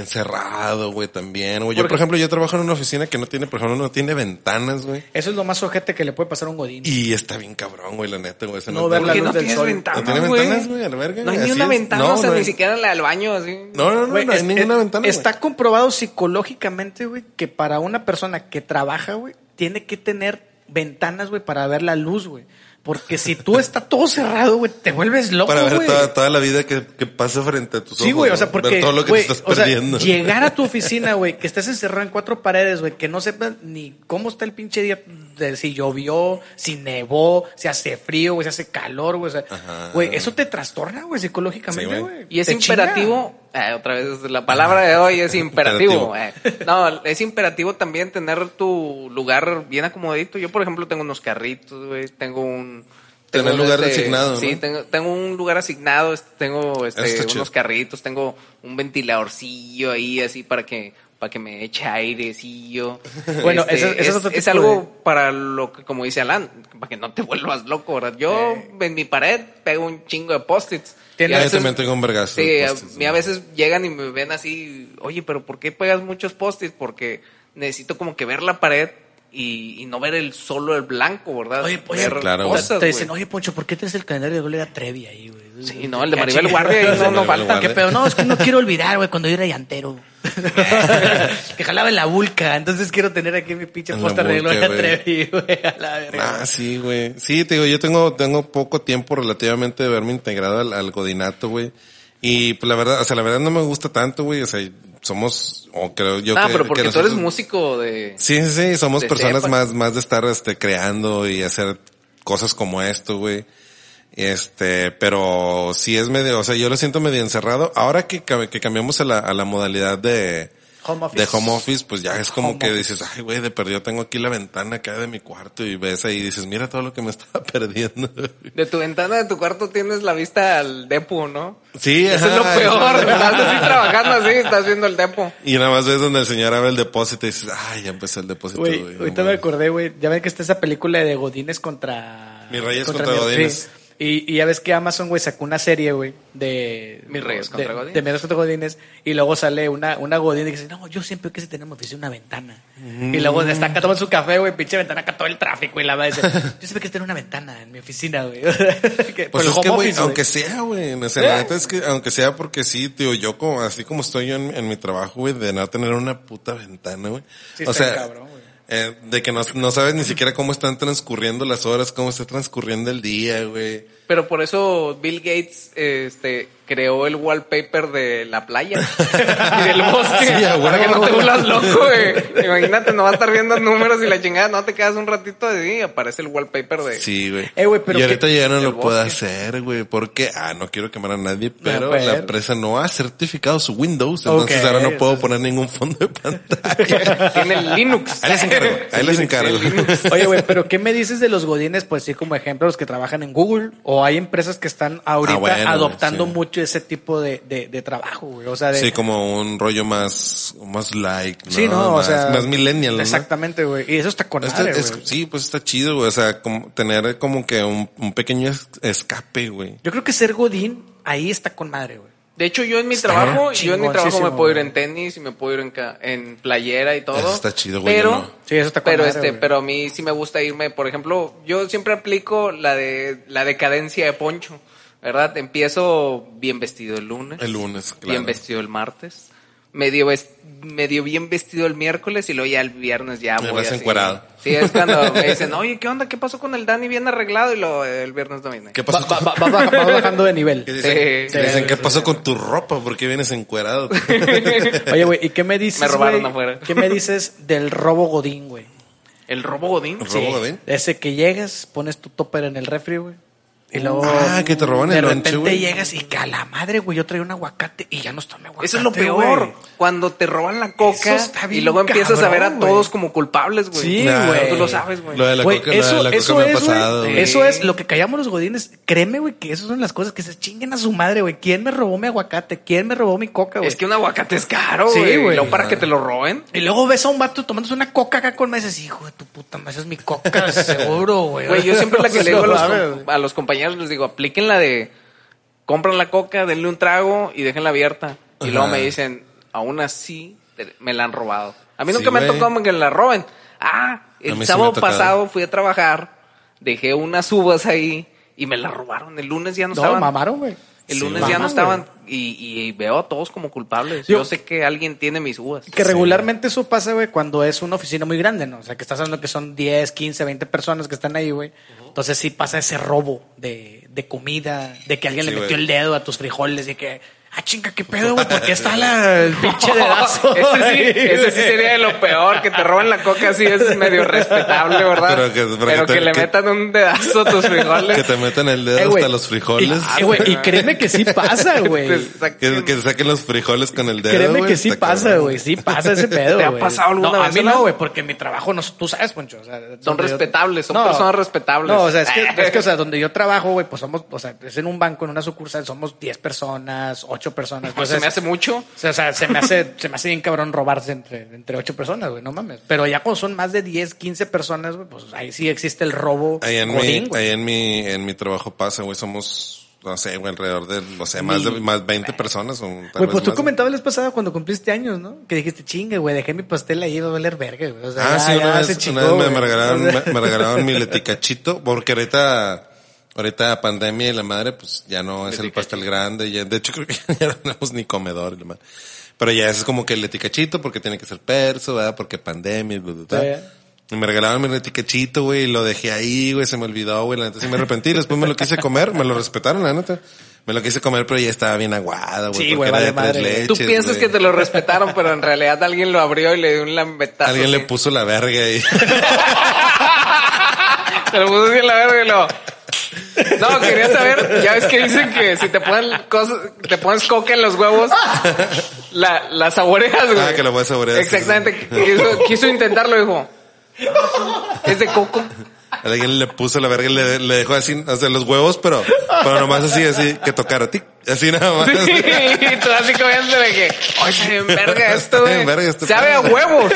S3: encerrado, güey, también, güey. Yo, por ejemplo, yo trabajo en una oficina que no tiene, por ejemplo, no tiene ventanas, güey,
S2: Eso es lo más ojete que le puede pasar a un Godín.
S3: y está bien cabrón, güey, la neta, güey. se
S2: No
S3: nota,
S2: ver
S1: ¿Por
S2: la
S3: güey.
S1: qué
S2: luz
S1: no
S2: del
S1: tienes
S2: sol.
S3: No
S1: ventanas,
S3: tiene
S1: güey?
S3: ventanas, güey, a la verga.
S1: No hay ni
S3: así
S1: una
S3: es.
S1: ventana,
S3: No,
S1: o sea,
S3: no hay-
S1: ni siquiera la del baño, así.
S3: No, no, no,
S2: Güey,
S3: no hay
S2: es-
S3: ninguna
S2: es-
S3: ventana, güey.
S2: Está comprobado psicológicamente, güey, que para una persona que trabaja, güey, tiene que tener ventanas, güey, para ver la luz, güey. Porque si tú está todo cerrado, güey, te vuelves loco,
S3: Para ver
S2: güey.
S3: toda, toda la vida que, que pasa frente a tus ojos.
S2: Sí, güey, o sea,
S3: ¿no?
S2: porque
S3: Ver todo lo que
S2: güey,
S3: te estás
S2: o sea,
S3: perdiendo.
S2: llegar a tu oficina, güey, que estés encerrado en cuatro paredes, güey, que no sepas ni cómo está el pinche día, de si llovió, si nevó, si hace frío, güey, si hace calor, güey, o sea,
S3: Ajá.
S2: güey, eso te trastorna, güey, psicológicamente,
S3: Sí, güey.
S2: güey.
S1: Y es
S2: Te chinga.
S1: imperativo Eh, otra vez, la palabra de hoy
S3: (laughs)
S1: es imperativo. eh. No, es imperativo también tener tu lugar bien acomodito. Yo, por ejemplo, tengo unos carritos, güey, tengo un... tengo
S3: Tener
S1: un, este,
S3: lugar asignado,
S1: Sí,
S3: ¿no?
S1: tengo, tengo un lugar asignado, es- tengo este,
S3: está
S1: unos
S3: chido.
S1: carritos, tengo un ventiladorcillo ahí así para que para que me eche
S3: (laughs)
S1: airecillo.
S2: Bueno, ese- ese es
S1: Este, es,
S2: otro
S1: es
S2: tipo
S1: algo
S2: de-
S1: para lo que, como dice Alan, para que no te vuelvas loco, ¿verdad? Yo en mi pared pego un chingo de post-its.
S2: Eh.
S1: Y
S2: Tiene-
S1: a
S3: (laughs) Yo
S1: veces-
S3: también tengo un vergazo de
S1: Sí, a
S3: post-its,
S1: mí a veces llegan y me ven así, oye, pero ¿por qué pegas muchos post-its? Porque necesito como que ver la pared y, y no ver el solo el blanco, ¿verdad?
S2: Oye, oye,
S1: Ver
S3: claro, güey.
S1: cosas,
S2: Te dicen,
S1: güey.
S2: oye, Poncho, ¿por qué tienes el calendario de Gloria Trevi ahí, güey?
S1: Sí, no, el de
S2: Ah,
S1: Maribel
S2: chinga.
S1: Guardia ahí no, no
S3: Maribel
S1: falta.
S3: Guardia.
S2: ¿Qué pedo? No, es que no quiero olvidar, güey, cuando yo era llantero. (laughs) que jalaba en la vulca. Entonces quiero tener aquí mi pinche
S3: En la
S2: póster de
S3: vulca,
S2: Gloria
S3: güey.
S2: Trevi, güey, a la verga.
S3: Ah, sí, güey. Sí, te digo, yo tengo, tengo poco tiempo relativamente de verme integrado al, al Godinato, güey. Y pues, la verdad, o sea, la verdad no me gusta tanto, güey. O sea, somos, o creo yo
S1: No,
S3: que-
S1: Ah, pero
S3: que
S1: porque tú
S3: nosotros-
S1: eres músico de...
S3: Sí, sí, sí, somos
S1: de
S3: personas
S1: cepa.
S3: más, más de estar, este, creando y hacer cosas como esto, güey. Este, pero sí es medio, o sea, yo lo siento medio encerrado. Ahora que, cam- que cambiamos a la, a la modalidad de,
S2: Home office.
S3: de home office, pues ya es como
S2: Home
S3: que
S2: office.
S3: dices, ay, güey, de perdido tengo aquí la ventana acá de mi cuarto y ves ahí y dices, mira todo lo que me estaba (laughs) perdiendo.
S1: De tu ventana de tu cuarto tienes la vista al depo, ¿no?
S3: Sí,
S1: Eso es lo
S3: ajá,
S1: peor.
S3: eso-
S1: Estás así trabajando así, estás viendo el depo.
S3: Y nada más ves donde el señor abre el depósito y dices, ay, ya empezó el depósito,
S2: Güey,
S3: güey. no
S2: ahorita me
S3: mames".
S2: acordé, güey. Ya ven que está esa película de Godines contra.
S3: Mis Reyes contra
S2: mis-
S3: Godines.
S2: sí. Y, y ya ves que Amazon, güey, sacó una serie, güey, de.
S1: Mis Reyes
S2: de-
S1: contra Godines.
S2: De Mis Reyes contra Godines. Y luego sale una, una Godín que dice, no, yo siempre quise tener en mi oficina una ventana. Y
S3: Mm.
S2: luego está acá tomando su café, güey, pinche ventana, acá todo el tráfico. Y la va a decir, yo siempre quise tener una ventana en mi oficina, güey. (laughs) Que- por
S3: Pues
S2: el
S3: es
S2: home
S3: que, güey,
S2: office, güey. Eh.
S3: aunque sea, güey, o sea, la neta es que, aunque sea porque sí, tío, yo como, así como estoy yo en, en mi trabajo, güey, de no tener una puta ventana, güey.
S2: Sí,
S3: o
S2: está
S3: sea,
S2: cabrón, güey.
S3: eh, de que no, no sabes ni siquiera cómo están transcurriendo las horas, cómo está transcurriendo el día, güey.
S1: Pero por eso Bill Gates este, creó el wallpaper de la playa (laughs) y del bosque.
S3: Sí, a
S1: para que
S3: huevo.
S1: no te vuelvas loco, güey. Imagínate, no vas a estar viendo números y la chingada, no te quedas un ratito de y aparece el wallpaper de.
S3: Sí, güey.
S2: Eh, güey, pero
S3: y
S2: que-
S3: ahorita ya no
S1: el
S3: lo puedo
S1: bosque.
S3: hacer, güey, porque, ah, no quiero quemar a nadie, pero
S2: pues.
S3: la empresa no ha certificado su Windows, entonces
S2: Ok,
S3: ahora no puedo
S2: entonces-
S3: poner ningún fondo de pantalla.
S1: Tiene el Linux.
S3: Ahí les encargo, ahí les encargo.
S2: Oye, güey, pero ¿qué me dices de los godines? Pues sí, como ejemplo, los que trabajan en Google o hay empresas que están ahorita
S3: Ah, bueno, güey,
S2: adoptando
S3: sí.
S2: mucho ese tipo de, de, de trabajo, güey. O sea, de,
S3: Sí, como un rollo más, más like, ¿no?
S2: Sí, no, o
S3: Más-
S2: sea,
S3: Más millennial, ¿no?
S2: Exactamente, güey. Y eso está con
S3: Está-
S2: madre,
S3: es-
S2: güey.
S3: sí, pues está chido, güey. O sea, como tener como que un, un pequeño es- escape, güey.
S2: Yo creo que ser godín ahí está con madre, güey.
S1: De hecho, yo en mi trabajo, yo en mi trabajo me
S2: chingoncísimo,
S1: puedo ir
S2: güey.
S1: en tenis y me puedo ir en, ca- en playera y todo.
S3: Eso está chido, güey,
S1: Pero,
S3: yo no.
S2: Sí, eso está con
S1: pero
S2: madre,
S1: este,
S2: güey.
S1: pero a mí sí me gusta irme, por ejemplo, yo siempre aplico la de la decadencia de Poncho, ¿verdad? Empiezo bien vestido el lunes.
S3: El lunes, claro.
S1: Bien vestido el martes. Medio, ves- medio bien vestido el miércoles y luego ya el viernes ya
S3: Me
S1: voy
S3: vas
S1: así.
S3: encuerado.
S1: Sí, es cuando
S3: (laughs)
S1: me dicen, oye, ¿qué onda? ¿Qué pasó con el Dani bien arreglado? Y lo, el viernes no vine.
S3: ¿Qué
S2: Va,
S3: pasó?
S2: va-
S3: (laughs)
S2: va- va baja- va bajando de
S3: ¿Qué (laughs)
S2: nivel.
S1: Sí,
S3: dicen? ¿Qué
S1: sí,
S3: dicen?
S1: sí,
S3: ¿Qué
S1: sí,
S3: pasó con tu ropa? ¿Por qué vienes encuerado? (laughs)
S2: Oye, güey, ¿y qué me dices?
S1: Me robaron
S2: güey?
S1: afuera.
S2: ¿Qué me dices del robo godín, güey?
S1: ¿El robo Godín?
S3: ¿El robo godín?
S2: Ese que llegas, pones tu topper en el refri, güey. Y luego.
S3: Ah, que te roban el
S2: De
S3: lonche,
S2: repente
S3: güey.
S2: llegas y que a la madre, güey, yo traía un aguacate y ya no está mi aguacate.
S1: Eso es lo
S2: güey.
S1: peor. Cuando te roban la coca
S2: Eso está bien
S1: y luego empiezas a ver a
S2: cabrón,
S1: todos
S2: güey.
S1: como culpables, güey.
S2: Sí,
S3: Nah,
S2: güey.
S1: Tú lo sabes, güey.
S3: Lo de la
S2: Güey,
S3: coca,
S2: eso,
S3: lo de la
S2: eso
S3: coca me ha
S2: es, güey,
S3: pasado. güey.
S2: eso es lo que callamos los godines. Créeme, güey, que esas son las cosas que se chinguen a su madre, güey. ¿Quién me robó mi aguacate? ¿Quién me robó mi coca, güey?
S1: Es que un aguacate es caro,
S2: Sí,
S1: güey.
S2: güey.
S1: Y luego para que te lo roben.
S2: Y luego ves a un vato tomándose una coca acá con meses. Hijo de tu puta madre, esa es mi coca, (laughs) seguro, güey.
S1: Güey, yo siempre la que le digo a los,
S2: (laughs) No,
S1: com- a los compañeros les digo, apliquen la de compran la coca, denle un trago y déjenla abierta. Y luego
S3: Ajá.
S1: me dicen, aún así te- me la han robado. A mí
S3: Sí,
S1: nunca me ha
S3: güey.
S1: tocado que me la roben. Ah,
S3: mí sí me
S1: el
S3: ha
S1: sábado
S3: tocado.
S1: pasado fui a trabajar, dejé unas uvas ahí y me las robaron. El lunes ya no,
S2: No,
S1: estaban.
S2: mamaron, güey.
S1: El
S3: Sí,
S1: lunes
S3: güey.
S1: ya no
S2: Mamá,
S1: estaban y, y veo a todos como culpables.
S2: Yo-
S1: Yo, sé que alguien tiene mis uvas. (laughs)
S2: Que regularmente eso pasa, güey, cuando es una oficina muy grande, ¿no? O sea, que estás hablando que son 10, 15, 20 personas que están ahí, güey. Entonces sí pasa ese robo de, de comida, de que alguien
S3: Sí,
S2: le metió
S3: güey.
S2: el dedo a tus frijoles y que Ah, chinga, qué pedo, güey, porque
S3: (laughs)
S2: está la, el pinche dedazo.
S1: Ese sí,
S2: ahí,
S1: ese sí
S2: güey?
S1: sería de lo peor, que te roben la coca así es medio respetable, ¿verdad?
S3: Pero que- pero que te-
S1: le
S3: que-
S1: metan un dedazo a tus frijoles.
S3: (laughs) Que te metan el dedo
S2: Eh, güey.
S3: hasta los frijoles. Pues,
S2: Y, eh, güey,
S3: (laughs)
S2: y créeme que sí pasa, güey.
S1: Te saquen-
S3: Que, que te saquen los frijoles con el dedo.
S2: Créeme
S3: güey,
S2: que sí
S3: está
S2: pasa,
S3: cabrón.
S2: güey. Sí
S1: (laughs)
S2: pasa ese pedo.
S1: ¿Te ha
S2: güey.
S1: pasado alguna
S2: no,
S1: vez,
S2: A mí no,
S1: Alan?
S2: güey, porque mi trabajo, no, tú sabes, Poncho. o sea, donde yo-
S1: respetables, son personas respetables.
S2: No, o sea, es que, es
S1: (laughs)
S2: que, o sea, donde yo trabajo, güey, pues somos, o sea, es en un banco, en una sucursal, somos 10 personas, 8 personas. Pues
S1: se
S2: es-
S1: me hace mucho.
S2: o sea, O sea, se me hace, se me hace bien cabrón robarse entre, entre ocho personas, güey, no mames. Pero ya cuando son más de 10, 15 personas, güey, pues ahí sí existe el robo.
S3: Ahí en,
S2: godín,
S3: mi,
S2: güey.
S3: ahí en mi, en mi trabajo pasa, güey. Somos, no sé, güey, alrededor de, no sé, más de,
S2: Mil.
S3: más 20 personas. o tal
S2: Güey,
S3: vez
S2: pues tú
S3: más.
S2: comentabas la vez pasada cuando cumpliste años, ¿no? Que dijiste, chingue, güey, dejé mi pastel ahí, va a valer verga, güey. O sea,
S3: Ah,
S2: ya-
S3: sí,
S2: ya
S3: una
S2: se
S3: vez,
S2: chingó,
S3: una vez me,
S2: güey.
S3: me
S2: (laughs)
S3: regalaron,
S2: O sea,
S3: me, me regalaron mi leticachito, porque ahorita, ahorita pandemia y la madre, pues ya no es el pastel grande, ya, de hecho (laughs) creo que ya no tenemos ni comedor y la madre. Pero ya es como que el leticachito, porque tiene que ser perso, ¿verdad? Porque pandemia, y bla, bla, bla.
S2: Sí.
S3: Y me regalaron mi leticachito, güey, y lo dejé ahí, güey, se me olvidó, güey, la neta sí me arrepentí, después me lo quise comer, me lo respetaron, la neta. Me lo quise comer, pero ya estaba bien aguado, güey,
S2: Sí, güey,
S3: porque era de
S2: vale madre,
S3: tres
S2: güey.
S3: leches.
S1: Tú piensas
S3: güey.
S1: que te lo respetaron, pero en realidad alguien lo abrió y le dio un lambetazo.
S3: Alguien le
S1: así.
S3: puso la verga ahí.
S1: (laughs) Te lo puso así en la verga y lo... No, quería saber, ya ves que dicen que si te ponen cosas, te pones coca en los huevos, la, la saboreas, güey.
S3: Ah, que la voy a saborear, sí,
S1: Exactamente. Quiso, quiso intentarlo, dijo. Es de
S3: (laughs)
S1: coco.
S3: Alguien le puso la verga y le, le dejó así, o sea, los huevos, pero, pero nomás así, así, que tocara tic, así nada más.
S1: Sí, y tú así comiendo de que, oye, está bien verga esto,
S3: Está bien
S1: güey.
S3: verga este
S1: Sabe a
S3: pedo". (laughs)
S1: huevos.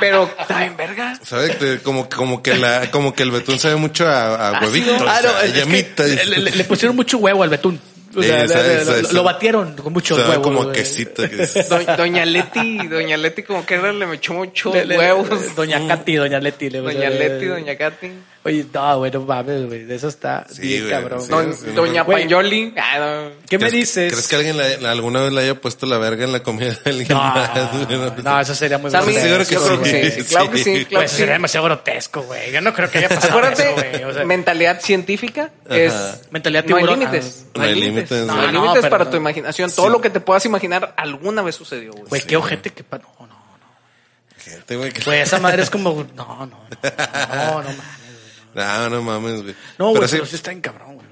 S1: Pero, ¿está bien verga?
S3: ¿Sabes? Que Como, como que la, como que el betún sabe mucho a, a huevito,
S2: Ah, no,
S3: o sea, a
S2: es que
S3: llamita.
S2: le, le- le pusieron mucho huevo al betún. O
S3: Sí,
S2: sea,
S3: esa-
S2: le- le-
S3: esa-
S2: lo,
S3: esa-
S2: lo batieron con mucho
S3: sabe
S2: huevo.
S3: como
S2: güey.
S3: quesito.
S2: (laughs)
S3: que es-
S1: Do- Doña Leti, Doña Leti como que era, le me echó mucho
S2: Le- le-
S1: huevos.
S2: Doña Katy, Doña Leti. le-
S1: Doña
S2: le-
S1: Leti, Doña Katy.
S2: Oye, no, güey, no mames, güey. De eso está
S3: Sí,
S2: bien
S3: güey,
S2: cabrón.
S3: sí,
S2: güey.
S1: Don-
S3: sí, sí.
S1: Doña
S2: Güey.
S1: Pañoli. Ah, no.
S2: ¿Qué me
S3: ¿Crees-
S2: dices?
S3: ¿Crees que alguien le- alguna vez le haya puesto la verga en la comida de alguien
S2: No,
S3: más? güey? pues,
S2: no, no, eso sería muy
S1: Está bien,
S3: seguro que
S1: yo creo
S3: sí.
S1: que sí, sí, Claro que sí,
S3: Sí.
S1: claro que
S2: Pues
S1: sí.
S2: sería demasiado grotesco, güey. Yo no creo que haya pasado eso, güey.
S1: Acuérdate,
S2: O sea,
S1: mentalidad científica es...
S2: Mentalidad
S1: no hay
S2: tiburón.
S1: límites. No hay límites. No
S3: no,
S1: hay
S2: no,
S1: límites
S2: pero
S1: para
S2: no.
S1: tu imaginación. Todo lo que te puedas imaginar alguna vez sucedió, güey.
S2: Güey, qué ojete que... pa- No, no.
S3: Gente, güey, que-
S2: Güey, esa madre es como... No, no, no. No, no, mames.
S3: No, no mames, güey.
S2: No, güey,
S3: Pero
S2: pero,
S3: sí,
S2: sí está en cabrón, güey.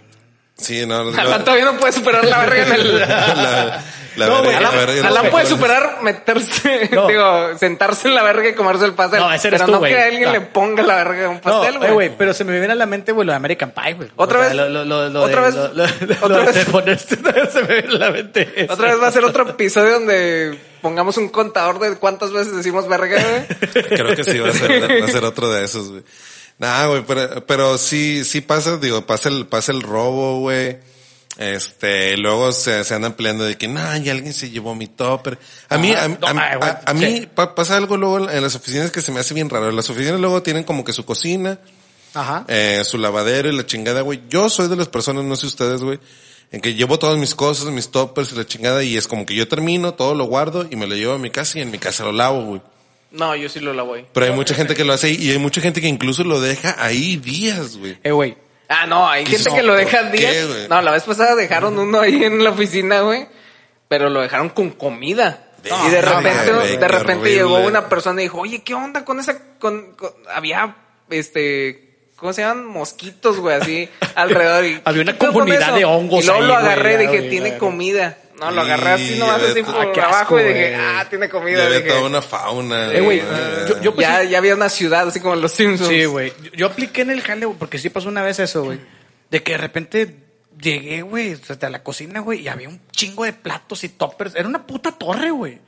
S3: sí, no, (laughs) no.
S1: Alan todavía no puede superar la verga en el...
S3: (laughs) La, la
S2: No, güey,
S3: verga, la
S1: Alan,
S3: verga en los
S1: Alan puede
S3: frijoles.
S1: superar meterse,
S2: No.
S1: (laughs) digo, sentarse en la verga y comerse el pastel.
S2: No, ese eres
S1: pero
S2: tú,
S1: no
S2: güey.
S1: que alguien
S2: No.
S1: le ponga la verga en un pastel,
S2: no, eh,
S1: güey.
S2: güey, pero se me viene a la mente, güey, lo de American Pie, güey.
S1: Otra
S2: O sea,
S1: vez.
S2: Lo, lo, lo, lo
S1: Otra
S2: de,
S1: vez.
S2: Lo, lo- lo
S1: Otra
S2: de
S1: vez.
S2: ponerse, (laughs) se me viene a la mente. eso.
S1: Otra vez va a ser otro episodio donde pongamos un contador de cuántas veces decimos verga, güey.
S3: Creo que sí va a ser, va
S2: (laughs)
S3: a ser otro de esos, güey. Nah, güey, pero, pero sí, sí pasa, digo, pasa el, pasa el robo, güey. Este, luego se, se andan peleando de que, nah, y alguien se llevó mi topper. A mí, a,
S2: Ajá. No,
S3: a-
S2: ay, güey,
S3: a- a
S2: sí.
S3: mí pa- pasa algo luego en las oficinas que se me hace bien raro. Las oficinas luego tienen como que su cocina,
S2: Ajá.
S3: eh, su lavadero y la chingada, güey. Yo soy de las personas, no sé ustedes, güey, en que llevo todas mis cosas, mis toppers y la chingada, y es como que yo termino, todo lo guardo y me lo llevo a mi casa y en mi casa lo lavo, güey.
S1: No, yo sí lo la voy.
S3: Pero hay mucha gente que lo hace y hay mucha gente que incluso lo deja ahí días, güey.
S2: Eh, güey.
S1: Ah, no, hay
S3: ¿Qué
S1: gente
S3: hizo?
S1: que lo
S3: ¿Por
S1: deja
S3: qué,
S1: días.
S3: güey?
S1: No, la vez pasada dejaron uno ahí en la oficina, güey. Pero lo dejaron con comida.
S3: No,
S1: y de
S3: no,
S1: repente,
S3: güey, qué
S1: de repente
S3: horrible.
S1: llegó una persona y dijo, oye, ¿qué onda con esa, con, con- había, este, ¿cómo se llaman? Mosquitos, güey,
S3: (laughs)
S1: así, alrededor. Y,
S2: Había una
S1: ¿qué pedo con
S2: comunidad
S1: eso?
S2: de hongos
S1: Y luego
S2: ahí,
S1: lo
S2: güey,
S1: agarré y
S2: ya,
S1: dije,
S2: güey,
S1: tiene
S2: ya, ya.
S1: comida. No, lo agarré así
S3: Y
S1: nomás
S3: ya
S1: así
S3: ves-
S1: por
S2: ah, qué
S1: abajo y
S2: asco,
S1: dije,
S2: güey.
S1: ah, tiene
S3: Ya
S1: comida.
S3: había
S1: dije.
S3: toda una fauna.
S2: Eh, güey,
S3: Ah,
S2: yo- yo- pues,
S1: ya, ya había una ciudad así como en los Simpsons.
S2: Sí, güey. Yo, yo apliqué en el jale, güey, porque sí pasó una vez eso, güey. De que de repente llegué, güey, hasta la cocina, güey, y había un chingo de platos y toppers. Era una puta torre, güey.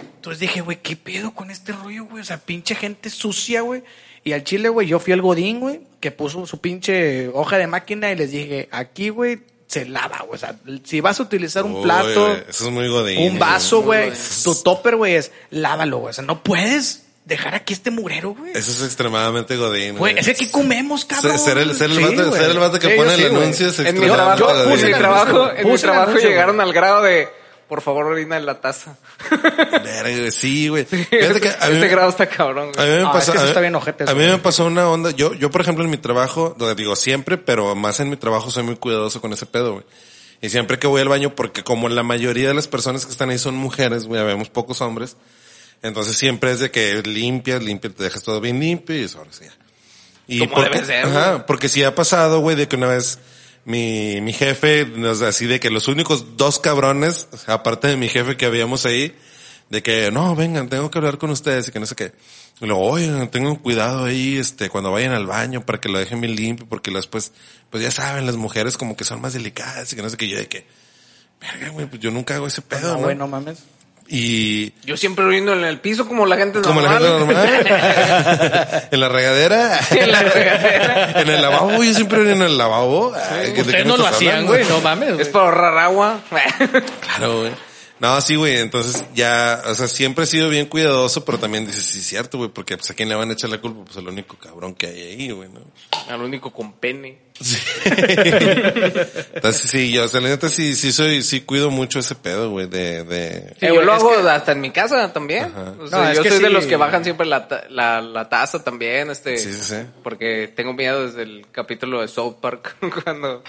S2: Entonces dije, güey, ¿qué pedo con este rollo, güey? O sea, pinche gente sucia, güey. Y al chile, güey, yo fui al Godín, güey, que puso su pinche hoja de máquina y les dije, aquí, güey, se lava, güey. O sea, si vas a utilizar un
S3: Uy,
S2: plato
S3: güey, Eso es muy godín.
S2: un vaso,
S3: güey.
S2: güey. Tu topper, güey, es lávalo, güey. O sea, no puedes dejar aquí este murero, güey.
S3: Eso es extremadamente godín.
S2: Güey, es que aquí comemos, cabrón.
S3: Ser el, ser el,
S2: Sí,
S3: vato,
S2: güey.
S3: ser el vato que
S2: Sí,
S3: pone
S2: yo sí,
S3: el
S2: güey.
S3: anuncio es
S1: En mi
S3: extremadamente
S1: trabajo,
S2: yo
S3: godín.
S1: en mi
S2: el
S1: trabajo,
S2: anuncio,
S1: en mi
S2: puse el
S1: trabajo
S2: anuncio,
S1: llegaron
S2: güey.
S1: al grado de, por favor, orina en la taza. (laughs)
S3: Verga, güey, Sí, güey. Fíjate que a mí-
S1: Ese grado está cabrón.
S3: A
S1: güey.
S3: mí me
S2: Ah,
S3: pasó,
S2: es que eso
S3: a mí-
S2: está bien ojete, eso,
S3: a mí
S2: güey.
S3: me pasó una onda. Yo, yo, por ejemplo, en mi trabajo, donde digo siempre, pero más en mi trabajo soy muy cuidadoso con ese pedo, güey. Y siempre que voy al baño, porque como la mayoría de las personas que están ahí son mujeres, güey, vemos pocos hombres. Entonces siempre es de que limpias, limpias, te dejas todo bien limpio y eso, ahora sí ya. Y
S1: Como
S3: porque,
S1: debe ser,
S3: ajá, porque sí ha pasado, güey, de que una vez mi, mi jefe, nos así de que los únicos dos cabrones, o sea, aparte de mi jefe que habíamos ahí, de que, no, vengan, tengo que hablar con ustedes y que no sé qué. Y luego, oigan, tengan cuidado ahí, este, cuando vayan al baño para que lo dejen bien limpio, porque las, pues, pues ya saben, las mujeres como que son más delicadas y que no sé qué. Yo de que, verga, güey, pues yo nunca hago ese pedo,
S1: Ah,
S2: No,
S3: ¿no?
S2: Ah, güey, no mames.
S3: Y,
S1: Yo siempre orindo en el piso como la gente
S3: como la
S1: normal. (laughs)
S3: gente normal. en la regadera.
S1: En la regadera.
S3: en el lavabo. Yo siempre orino en el lavabo. Ay, ¿de qué me
S2: Ustedes no lo
S3: estás
S2: hacían,
S3: hablando?
S2: güey, no mames.
S1: Es
S2: güey.
S1: para ahorrar (laughs) agua.
S3: Claro, güey. No, sí, güey. Entonces ya, o sea, siempre he sido bien cuidadoso, pero también dices, sí, cierto, güey, porque pues a quién le van a echar la culpa, pues al único cabrón que hay ahí, güey, ¿no?
S1: Al único con pene.
S3: Entonces sí, yo, o sea, la neta sí, sí soy, sí cuido mucho ese pedo, güey, de, de, (laughs)
S1: Eh, yo
S2: güey,
S1: lo
S2: es
S1: hago hasta en mi casa también. O sea,
S2: No, es
S1: yo
S2: que
S1: soy de
S2: sí.
S1: los que bajan siempre la, ta- la, la taza también, este.
S3: Sí, sí, sí.
S1: Porque tengo miedo desde el capítulo de South Park (laughs) cuando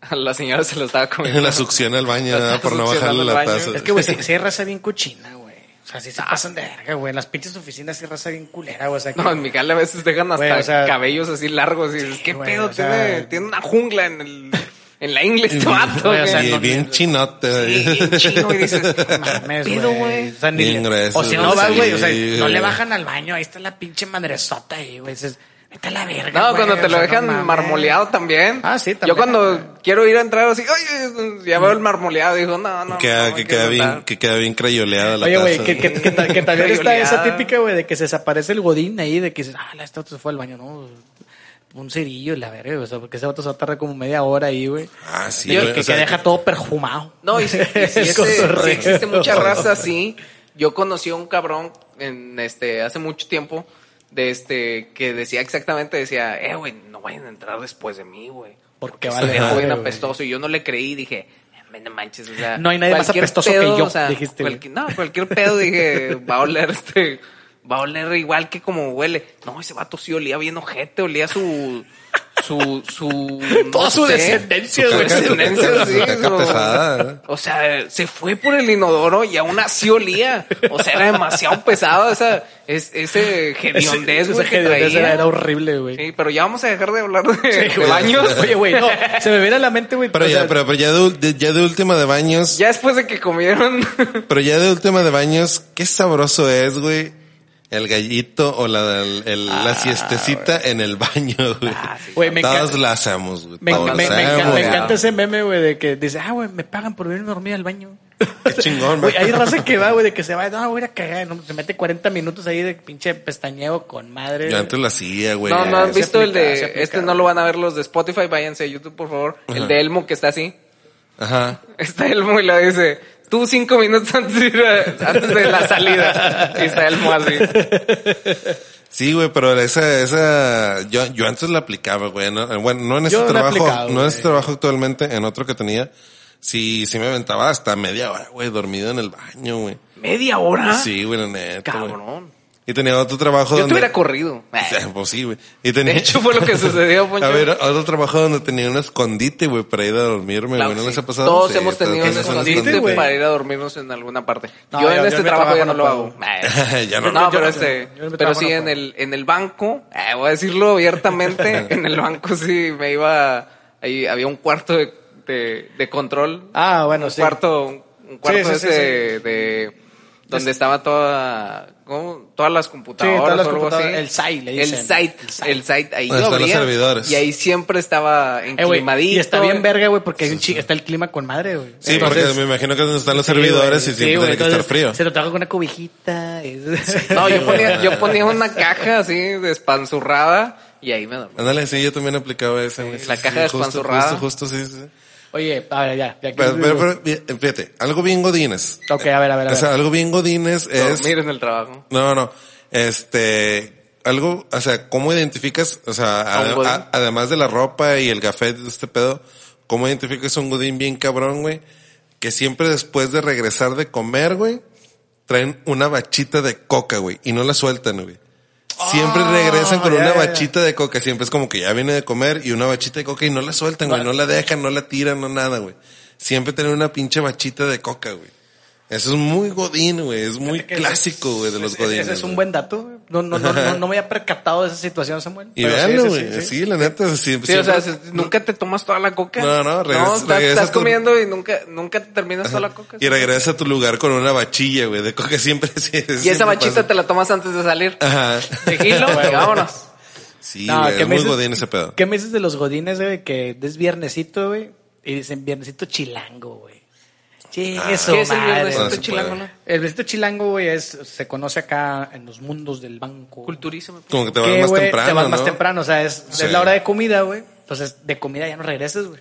S1: a la señora se lo
S3: (laughs)
S1: estaba comiendo.
S3: la succión al baño,
S1: La
S3: nada, por no
S1: succión
S3: bajarle
S1: al
S3: la
S1: baño.
S3: taza.
S2: Es que, güey, si, hay raza bien cochina, güey. O sea, si se pasan de verga, güey. En las pinches oficinas sí hay raza bien culera, güey. O sea, que-
S1: No, en mi casa a veces dejan hasta
S2: Güey, o sea-
S1: cabellos así largos y dices, ¿qué
S2: güey,
S1: pedo?
S2: o sea-
S1: tiene, tiene una jungla en el, en la ingle este vato,
S2: (laughs) güey, o
S1: güey.
S2: sea,
S3: Y
S2: no-
S3: bien chinote, güey.
S1: Y- y chino y
S2: (laughs)
S1: dices,
S2: mames,
S1: pido,
S2: güey.
S1: güey.
S2: O sea, ni
S3: Bien
S2: le-
S3: grueso,
S2: o si no vas,
S3: sí,
S2: güey, o sea,
S3: güey.
S2: no le bajan al baño, ahí está la pinche madresota ahí, güey. Dices, vete a la verga.
S1: No,
S2: güey,
S1: cuando
S2: o
S1: te lo
S2: sea, no
S1: dejan
S2: mames.
S1: marmoleado también.
S2: Ah, sí,
S1: Yo
S2: también.
S1: cuando quiero ir a entrar así, "Ay, ya veo el marmoleado, digo, no, no.
S3: (laughs) Que queda,
S1: no,
S3: que
S1: me
S3: queda
S1: quiero
S3: bien,
S1: sentar".
S3: que queda bien crayoleada la
S2: Oye, güey,
S3: taza.
S2: que, que, que ta-
S1: (laughs)
S2: que también está esa
S1: Crayoleada.
S2: típica, güey, de que se desaparece el godín ahí, de que dices, ah, la estatua se fue al baño, no, un cerillo, la verga, o sea, porque ese vato se va a tardar como media hora ahí, güey.
S3: Ah, sí,
S2: Y
S3: güey,
S2: que,
S3: o sea,
S2: que deja todo perfumado.
S1: No, y si, y si
S2: (laughs) Es
S1: ese-
S2: cotorreo.
S1: si existe
S2: (laughs)
S1: mucha raza así. Yo conocí a un cabrón en este hace mucho tiempo de este que decía exactamente decía, "Eh, güey, no vayan a entrar después de mí, güey."
S2: Porque
S1: Se
S2: vale
S1: dejó
S2: madre,
S1: bien
S2: güey.
S1: apestoso y yo no le creí, dije, "Eh, "No manches, o sea,
S2: No hay nadie más
S1: cualquier
S2: apestoso que yo", dijiste, güey.
S1: cualquier- no, cualquier pedo dije, va a oler este va a oler igual que como huele. No, ese vato sí olía bien ojete, olía su su su
S2: Toda
S1: no
S2: su
S1: sé.
S2: descendencia,
S1: Su
S2: güey.
S1: descendencia,
S3: Su
S1: sí,
S3: caca
S1: su-
S3: pesada, ¿no?
S1: o sea, se fue por el inodoro y aún así olía. O sea, era demasiado pesado esa, es, ese hediondez, güey,
S2: (laughs) Ese
S1: que
S2: hediondez
S1: traía.
S2: era, era horrible, güey.
S1: Sí, pero ya vamos a dejar de hablar de,
S2: (laughs) güey.
S1: baños.
S2: Oye, güey, no, se me viene a la mente, güey.
S3: Pero
S2: o
S3: ya,
S2: sea,
S3: pero, pero ya de, ul- de- ya de última de baños,
S1: Ya después de que
S2: (laughs)
S1: comieron.
S3: pero ya de última de baños, qué sabroso es, güey. El gallito o la, el- el-
S2: Ah,
S3: la siestecita en el baño, güey.
S2: Güey, me
S3: Todos
S2: encanta-
S3: la hacemos, güey.
S2: Me,
S3: Todos
S2: me- me
S3: la
S2: encanta,
S3: hacemos,
S2: me
S3: güey.
S2: encanta ese meme, güey, de que dice, ah, güey, me pagan por venirme a dormir al baño.
S3: Qué chingón,
S2: Güey, hay
S3: güey. (laughs)
S2: raza que va, güey, de que se va, no, voy a ir a cagar, no, se mete 40 minutos ahí de pinche pestañeo con madre.
S3: Yo antes lo hacía, güey.
S1: No, no has
S2: se
S1: visto el
S2: aplica, se
S1: de,
S2: aplica,
S1: este no lo van a ver los de Spotify, váyanse a YouTube, por favor. El de Elmo que está así. (laughs)
S3: Ajá.
S1: Está Elmo y lo dice, tú cinco minutos antes de, ir a- antes de la salida.
S2: (laughs)
S1: Y está Elmo así.
S3: Sí, güey, pero esa, esa, yo, yo antes la aplicaba, güey. No, bueno, no en este
S2: Yo la he
S3: trabajo,
S2: aplicado,
S3: no en este
S2: güey.
S3: trabajo actualmente, en otro que tenía, sí, sí me aventaba hasta media hora, güey, dormido en el baño, güey.
S1: Media hora.
S2: Ah,
S3: Sí, güey, la neta. güey.
S1: Cabrón.
S3: Y tenía otro trabajo
S1: Yo te
S3: donde.
S1: hubiera corrido.
S3: (laughs) pues sí, güey. Y tenía.
S1: De hecho, fue lo que sucedió, Poncho.
S3: (laughs) A ver, otro trabajo donde tenía un escondite, güey, para ir a dormirme,
S1: Claro
S3: güey. ¿No
S1: que
S3: les
S1: sí.
S3: ha pasado?
S1: Todos
S3: Sí,
S1: hemos
S3: todos
S1: tenido un
S3: tenemos
S1: escondite
S2: escondite, güey.
S1: para ir a dormirnos en alguna parte.
S2: No,
S1: yo
S2: yo-
S1: en
S2: yo
S1: este
S2: en mi
S1: trabajo ya no
S2: trabajo
S1: lo
S2: no
S1: hago. Eh.
S3: (laughs) Ya no.
S1: no,
S2: Yo-
S1: pero
S2: yo-
S1: este,
S2: yo en mi
S1: pero
S2: trabajo
S1: sí
S2: no
S1: en
S2: puedo.
S1: el en el banco, eh, voy a decirlo
S3: (laughs)
S1: abiertamente, en el banco sí me iba ahí había un cuarto de de, de control.
S2: Ah, bueno,
S1: un
S2: sí.
S1: cuarto un, un cuarto
S2: sí,
S1: ese
S2: sí,
S1: de, donde estaba toda ¿cómo? todas las computadoras,
S2: todas las
S1: o algo
S2: computadoras,
S1: así.
S2: el site, le
S1: el
S2: dicen.
S1: site,
S2: El
S1: el site ahí
S3: Donde
S1: lo
S3: están los
S1: abría,
S3: servidores.
S1: y ahí siempre estaba
S2: Eh, güey,
S1: enclimadito.
S2: y está bien
S1: eh.
S2: verga, güey, porque hay un chi- está el clima con madre, güey.
S3: Sí,
S2: Entonces-
S3: porque me imagino que donde están los
S2: Sí,
S3: servidores
S2: güey,
S3: y
S2: sí,
S3: siempre
S2: güey,
S3: tiene que estar
S2: entonces,
S3: frío.
S2: Se lo trajo con una cobijita. es- (laughs)
S1: No, yo (laughs) ponía, yo ponía una caja así despanzurrada y ahí me dormí.
S3: Ándale, sí, yo también aplicaba esa, güey.
S1: la caja
S3: justo,
S1: despanzurrada.
S3: Justo, justo, sí, sí.
S2: Oye, a ver, ya. ya que-
S3: Pero, pero, pero, bien, fíjate, algo bien godines.
S2: Ok, a ver, a ver, a
S3: O sea,
S2: ver.
S3: algo bien godines es...
S1: Dormir en el trabajo.
S3: No, no. Este, algo, o sea, ¿cómo identificas? O sea,
S1: ¿A un
S3: ade-
S1: godín?
S3: a- además de la ropa y el café de este pedo, ¿cómo identificas un godín bien cabrón, güey? Que siempre después de regresar de comer, güey, traen una bachita de coca, güey, y no la sueltan, güey. Siempre regresan con
S2: ya,
S3: una
S2: ya, ya.
S3: bachita de coca, siempre es como que ya viene de comer y una bachita de coca y no la sueltan, güey, no la dejan, no la tiran, no nada, güey. siempre tener una pinche bachita de coca, güey. Eso es muy godín, güey. Es muy
S2: Fíjate que
S3: clásico, güey, de
S2: ese-
S3: los
S2: ese-
S3: godines.
S2: Ese es un
S3: güey.
S2: buen dato. güey. No, no, no,
S3: (laughs)
S2: no, no me había percatado de esa situación, Samuel.
S3: Y
S2: Pero sí,
S3: véanlo,
S2: sí,
S3: güey. Sí,
S2: sí, sí.
S3: la neta. Sí,
S1: Sí, o sea, si- nunca te tomas toda la coca.
S3: No, no, regresa-
S1: estás,
S3: regresa
S1: estás
S3: tu-
S1: comiendo y nunca, nunca te terminas toda la coca.
S3: Y regresa a tu lugar con una bachilla, güey, de coca siempre. (laughs) Ah.
S1: Y esa bachita te la tomas antes de salir.
S3: Ajá.
S1: De
S3: (laughs)
S1: gilo,
S2: Bueno.
S1: vámonos.
S3: Sí,
S2: No,
S3: güey,
S2: ¿qué
S3: es
S2: me
S3: muy
S2: dices-
S3: godín ese pedo.
S2: ¿Qué me dices de los godines, güey? Que es viernesito, güey. Y dicen viernesito chilango, güey. Che, eso,
S1: ¿Qué es el
S3: No,
S1: viernesito
S3: Ah. se
S1: chilango?
S3: puede.
S1: no?
S2: El viernesito chilango, güey, es, se conoce acá en los mundos del banco.
S1: Culturísimo.
S3: Como que te
S2: Que,
S3: vas más
S2: güey,
S3: temprano,
S2: Te vas
S3: ¿no?
S2: más temprano, o sea, es, es
S3: Sí.
S2: la hora de comida, güey. Entonces, de comida ya no regresas, güey.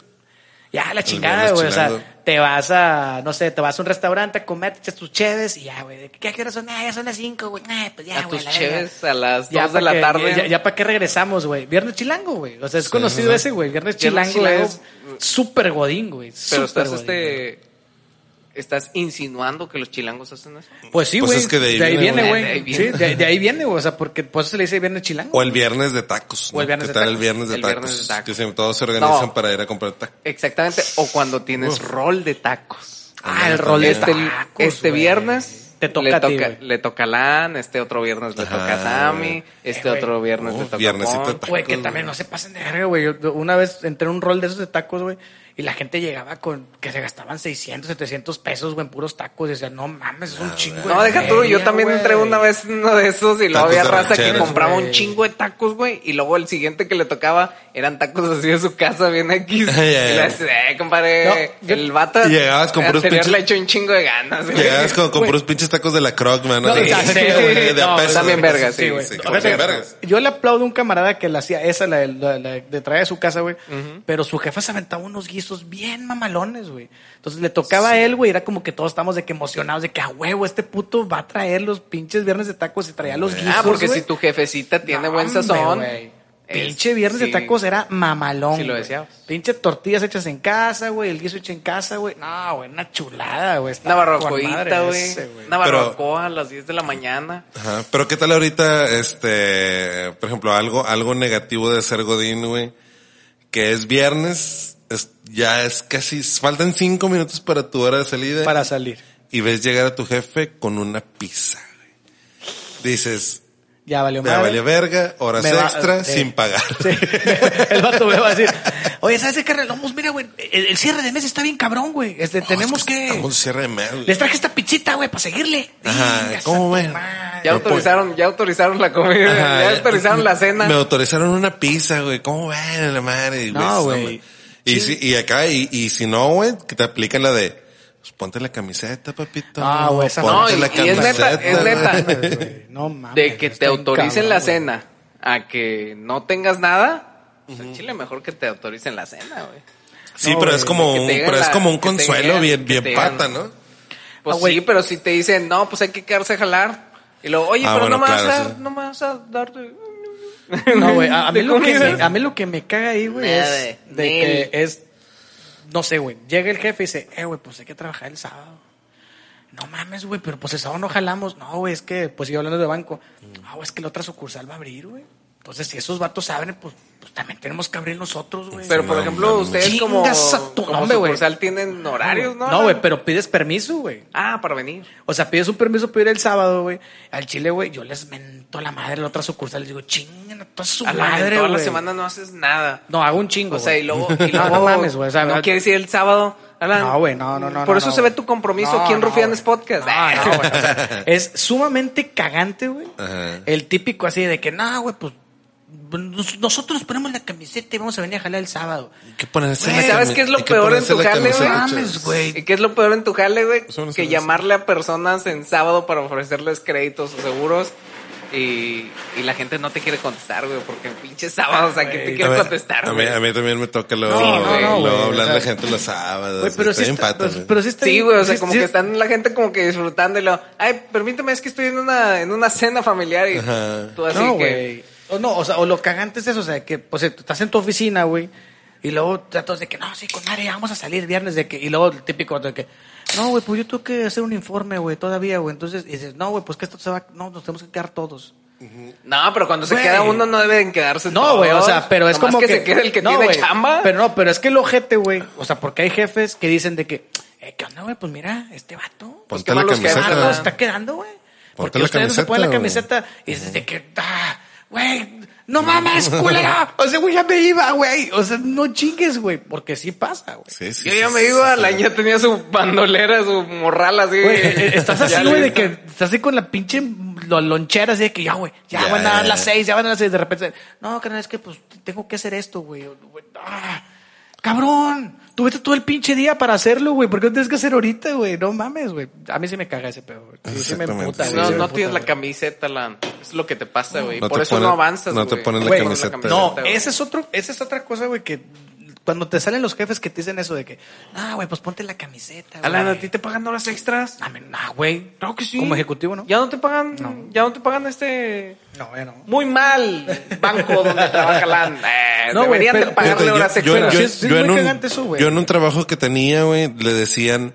S2: Ya, la chingada,
S3: viernes
S2: güey. O
S3: chilango.
S2: sea, te vas a, no sé, te vas a un restaurante a comer, te echas tus cheves y ya, güey. ¿Qué a qué hora son? Ah, ya son las cinco, güey. Ah, pues ya,
S1: A
S2: güey.
S1: tus
S2: la verga.
S1: cheves a las
S2: Ya
S1: 2 de
S2: para
S1: la
S2: que-
S1: tarde.
S2: Ya, para qué regresamos, güey. Viernes chilango, güey. O sea, es conocido
S3: ¿verdad?
S2: ese, güey. Viernes
S1: Viernes
S2: chilango, es
S1: chilango.
S2: súper godín, güey.
S1: Pero
S2: súper
S1: estás
S2: godín, güey.
S1: este. Estás insinuando que los chilangos hacen eso.
S2: Pues sí,
S3: Pues
S2: güey.
S3: es que de ahí viene,
S2: viene,
S1: güey. De ahí
S2: güey. Sí,
S1: viene.
S2: de, de ahí viene, güey. O sea, porque por eso se le dice viernes chilango.
S3: O el viernes de tacos.
S2: O el
S3: ¿no?
S2: viernes de
S3: ¿Qué tal el
S2: tacos.
S3: viernes de
S1: El
S3: tacos?
S1: viernes de tacos.
S3: Que siempre todos se organizan
S1: No.
S3: para ir a
S2: (laughs)
S3: comprar tacos.
S1: Exactamente. O cuando tienes rol de tacos.
S2: Ah, el rol de
S1: este,
S2: tacos,
S1: este
S2: güey.
S1: viernes
S2: Te toca
S1: le
S2: a ti,
S1: toca,
S2: güey. Ah.
S1: le toca a Lan, este otro viernes le
S3: Ajá,
S1: toca a Tami,
S3: güey.
S1: este
S2: Eh, güey.
S1: otro viernes
S3: Uf,
S1: le toca
S3: viernesito
S1: a
S3: de
S1: Pon.
S3: tacos.
S2: Güey, que también no se pasen de verga, güey. Yo una vez entré en un rol de esos de tacos, güey, y la gente llegaba con que se gastaban 600, 700 pesos, güey, en puros tacos. Y decía, no mames, es
S3: Ah,
S2: un chingo.
S1: No,
S2: de
S1: deja tú, yo
S2: feria,
S1: también
S2: güey".
S1: entré una vez en uno de esos y luego
S3: Tacos
S1: había
S3: de
S1: raza que
S3: rancheros,
S1: compraba un
S2: güey.
S1: chingo de tacos, güey, y luego el siguiente que le tocaba eran tacos así de su casa, bien X.
S3: Ya, ya,
S1: Y
S3: ya.
S1: le dices, eh, compadre,
S2: No, yo-
S1: el vato
S3: Y llegabas con puros
S1: anterior
S3: pinches-
S1: le echó un chingo de ganas, güey.
S3: Llegabas con, con puros pinches tacos de la Croc, man. ¿no?
S2: No,
S3: (laughs) De-
S2: ya sé, güey.
S3: de a
S2: No,
S3: peso,
S1: también
S3: güey.
S1: vergas,
S3: Sí,
S1: sí, güey.
S3: güey. Sí,
S2: Fíjate,
S3: también vergas.
S2: Yo le aplaudo a un camarada que la hacía esa, la, del- la- la de traer a su casa, güey. Pero su jefa se aventaba unos guisos bien mamalones, güey. Entonces le tocaba a él, güey. Era como que todos estamos de que emocionados, de que a huevo, este puto va a traer los pinches viernes de tacos y traía los guisos.
S1: Ah, porque
S2: güey.
S1: si tu jefecita tiene
S2: No,
S1: buen
S2: hombre,
S1: sazón.
S2: güey.
S1: es-
S2: Pinche viernes de
S1: sí.
S2: tacos era mamalón.
S1: Sí lo
S2: güey.
S1: deseabas.
S2: Pinche tortillas hechas en casa, güey. El guiso hecho en casa, güey. No, güey, una chulada, güey.
S1: Una
S2: estaba con
S1: barbacoita,
S2: Ah, madre
S1: güey.
S2: ese, güey.
S1: Una
S3: Pero-
S1: barbacoa a las 10 de la mañana.
S3: Ajá. Pero qué tal ahorita, este, por ejemplo, algo, algo negativo de ser Godín, güey, que es viernes, es- ya es casi, faltan cinco minutos para tu hora de salida
S2: Para salir.
S3: y ves llegar a tu jefe con una pizza, güey. Dices,
S2: Ya valió
S3: me
S2: madre.
S3: vale verga, horas
S2: Me va- eh,
S3: extra
S2: sí.
S3: sin pagar.
S2: Sí. (laughs) El vato me va a decir, oye, ¿sabes qué, carnal? No, pues mira, güey, el, el cierre de mes está bien cabrón, güey. Este,
S3: No,
S2: tenemos
S3: es
S2: que...
S3: Estamos en cierre de mes, güey.
S2: Les traje esta pizzita, güey, para seguirle.
S3: Ajá,
S2: Digas
S3: ¿cómo
S2: a tu
S3: ven?
S2: madre.
S1: Ya
S3: No
S1: autorizaron, ya autorizaron la comida,
S3: Eh, pues, Ajá, eh,
S1: ya autorizaron la cena.
S3: Me autorizaron una pizza, güey. ¿Cómo ven la madre?
S2: No,
S3: Ves,
S2: güey.
S3: ma- Y, si, y acá, y, y si no, güey, que te aplican la de, pues ponte la camiseta, papito.
S2: Ah, güey, esa
S3: Ponte
S1: no, y-
S3: la
S1: y es neta,
S3: camiseta,
S1: es neta. (laughs)
S3: güey.
S2: Mames, güey, No mames.
S1: de que te
S2: está bien
S1: autoricen la
S2: cabrón, güey.
S1: cena a que no tengas nada, pues, en Chile mejor que te autoricen la cena, güey.
S2: Ah,
S3: Sí,
S2: No,
S3: pero
S2: güey,
S3: es como
S1: que
S3: un,
S1: te digan
S3: pero es
S1: la-
S3: como un
S1: que te
S3: consuelo
S1: digan-
S3: bien,
S1: que
S3: bien
S1: te digan-
S3: pata, ¿no?
S1: Pues
S2: Ah, güey.
S1: sí, pero si te dicen, no, pues hay que quedarse a jalar. Y luego, oye,
S3: Ah,
S1: pero
S3: bueno,
S1: no, me vas
S3: claro,
S1: a,
S3: sí.
S1: no me vas a dar... de-
S2: No, güey, a, a mí
S1: de
S2: lo que
S1: comida.
S2: me, a mí lo que me caga ahí, güey,
S1: Nada,
S2: es de
S1: Nel.
S2: que es, no sé, güey, llega el jefe y dice, eh, güey, pues hay que trabajar el sábado. No mames, güey, pero pues el sábado no jalamos. No, güey, es que, pues yo hablando de banco, ah, güey, es que la otra sucursal va a abrir, güey. Entonces, si esos vatos abren, pues, pues también tenemos que abrir nosotros, güey.
S1: Pero,
S3: Sí,
S1: por
S3: no,
S1: ejemplo,
S3: mames.
S1: ustedes como,
S2: Chingas a tu-
S1: como
S2: hombre, güey.
S1: sucursal tienen horarios, ¿no?
S2: No, güey, pero pides permiso, güey.
S1: Ah, para venir.
S2: O sea, pides un permiso para ir el sábado, güey. Al Chile, güey, yo les mento la madre a la otra sucursal. Les digo, chingan a toda su
S1: A la-
S2: madre,
S1: toda la
S2: güey.
S1: semana no haces nada.
S2: No, hago un chingo.
S1: O sea,
S2: güey.
S1: y
S3: (laughs)
S1: luego,
S2: (laughs)
S1: y luego
S2: No, no mames, güey. O sea,
S1: no
S2: no-
S1: quieres ir el sábado. Alan.
S2: No, güey, no, no, no.
S1: Por
S2: no,
S1: eso
S2: no,
S1: se
S2: güey.
S1: ve tu compromiso
S2: No,
S1: aquí en
S2: no,
S1: Rufianes
S2: güey.
S1: Podcast. (laughs)
S2: No, no, güey. O sea, es sumamente cagante, güey.
S3: Ajá.
S2: El típico así de que, no, güey, pues nos- nosotros ponemos la camiseta y vamos a venir a jalar el sábado.
S3: Hay que ponerse
S1: Güey,
S3: la
S1: ¿sabes
S3: cami-
S1: qué es lo
S3: hay que
S1: peor en
S3: ponerse
S1: tu
S3: la
S1: jale, güey?
S3: camiseta,
S2: Mames, güey.
S1: ¿Y qué es lo peor en tu jale, güey?
S3: Eso no se
S1: Que
S3: me hace.
S1: llamarle a personas en sábado para ofrecerles créditos o seguros y, y la gente no te quiere contestar, güey, porque en pinche sábado, o sea, que te
S2: Güey.
S3: A
S1: quiere
S3: mí-
S1: contestar,
S3: a mí,
S1: güey.
S3: a mí también me toca luego,
S2: Sí, no, no,
S3: luego
S2: güey,
S3: hablar
S2: o
S3: de
S2: sea-
S3: gente los sábados.
S2: Güey, pero,
S3: está
S2: sí
S3: bien
S2: está,
S3: pata,
S2: pero-
S3: güey.
S2: pero sí está
S1: Sí,
S2: bien-
S1: güey, o sea,
S2: sí-
S1: como
S2: sí-
S1: que están la gente como que disfrutando y lo, ay, permíteme, es que estoy en una, en una cena familiar y
S3: Ajá.
S1: tú así
S2: no,
S1: que...
S2: güey. O no, o sea, o lo cagante es eso, o sea, que pues, tú estás en tu oficina, güey, y luego tratas de que, no, sí, con madre, vamos a salir viernes, de que, y luego el típico de que, no, güey, pues yo tengo que hacer un informe, güey, todavía, güey, entonces, y dices, no, güey, pues que esto se va, no, nos tenemos que quedar todos.
S1: No, pero cuando se
S2: Güey.
S1: queda uno no deben quedarse
S2: No, güey, o
S1: todos.
S2: sea, pero es
S1: Nomás
S2: como
S1: que, se quede el que
S2: no,
S1: tiene
S2: güey,
S1: chamba.
S2: Pero no, pero es que el ojete, güey. O sea, porque hay jefes que dicen de que, eh, ¿qué onda, güey? Pues mira, este vato.
S1: Pues
S3: Ponte la
S1: malos que
S3: camiseta.
S2: Algo
S1: ¿verdad?
S2: está quedando, güey. Porque
S3: la
S2: ustedes no se ponen la
S3: camiseta,
S2: camiseta y dices de que, ah, güey, no mames,
S3: (laughs)
S2: culera. O sea, güey, ya me iba, güey. O sea, no chingues, güey, porque sí pasa, güey.
S3: Sí, sí,
S1: Yo
S3: sí,
S1: ya me
S3: sí,
S1: digo,
S3: sí,
S1: a
S3: sí.
S1: la niña tenía su bandolera, su morral así.
S2: Güey, eh, estás
S1: (laughs) Ya
S2: así, güey, de
S1: lista.
S2: que estás así con la pinche lo- lonchera, así de que ya, güey, ya,
S3: Ya,
S2: van a dar
S3: ya,
S2: las
S3: ya.
S2: seis, ya van a las seis. De repente, no, carnal, es que pues tengo que hacer esto, güey. Güey, ah, cabrón, tuviste todo el pinche día para hacerlo, güey. ¿Por qué lo tienes que hacer ahorita, güey? No mames, güey. A mí sí me caga ese pedo, güey. Sí, sí me
S3: Exactamente,
S2: emputa,
S3: sí,
S2: güey.
S1: No,
S2: Sí me
S1: no
S2: emputa,
S1: tienes la
S2: güey.
S1: camiseta, Lan. Es lo que te pasa, güey.
S3: No
S1: Por
S3: te
S1: eso
S3: ponen-
S1: no avanzas.
S3: no te
S1: güey.
S3: pones la
S1: Güey,
S3: camiseta.
S2: No,
S1: güey.
S2: ese es otro, esa es otra cosa, güey, que cuando te salen los jefes que te dicen eso de que, ah, güey, pues ponte la camiseta, güey.
S1: Alan, ¿a ti te pagan horas extras?
S2: Ah, men, ah, güey.
S1: Claro que sí.
S2: Como ejecutivo, ¿no?
S1: Ya no te pagan, ya no te pagan este...
S2: No, ya no.
S1: Muy mal banco donde trabaja
S2: (laughs)
S1: Lan. Eh,
S2: No, güey,
S1: deberían de
S2: pero-
S1: pagarle
S3: Fíjate, yo-
S1: horas extras.
S3: yo- yo-
S2: Sí, es- sí es
S3: yo
S2: muy
S3: en un-
S2: cagante eso, güey.
S3: Yo en un trabajo que tenía, güey, le decían,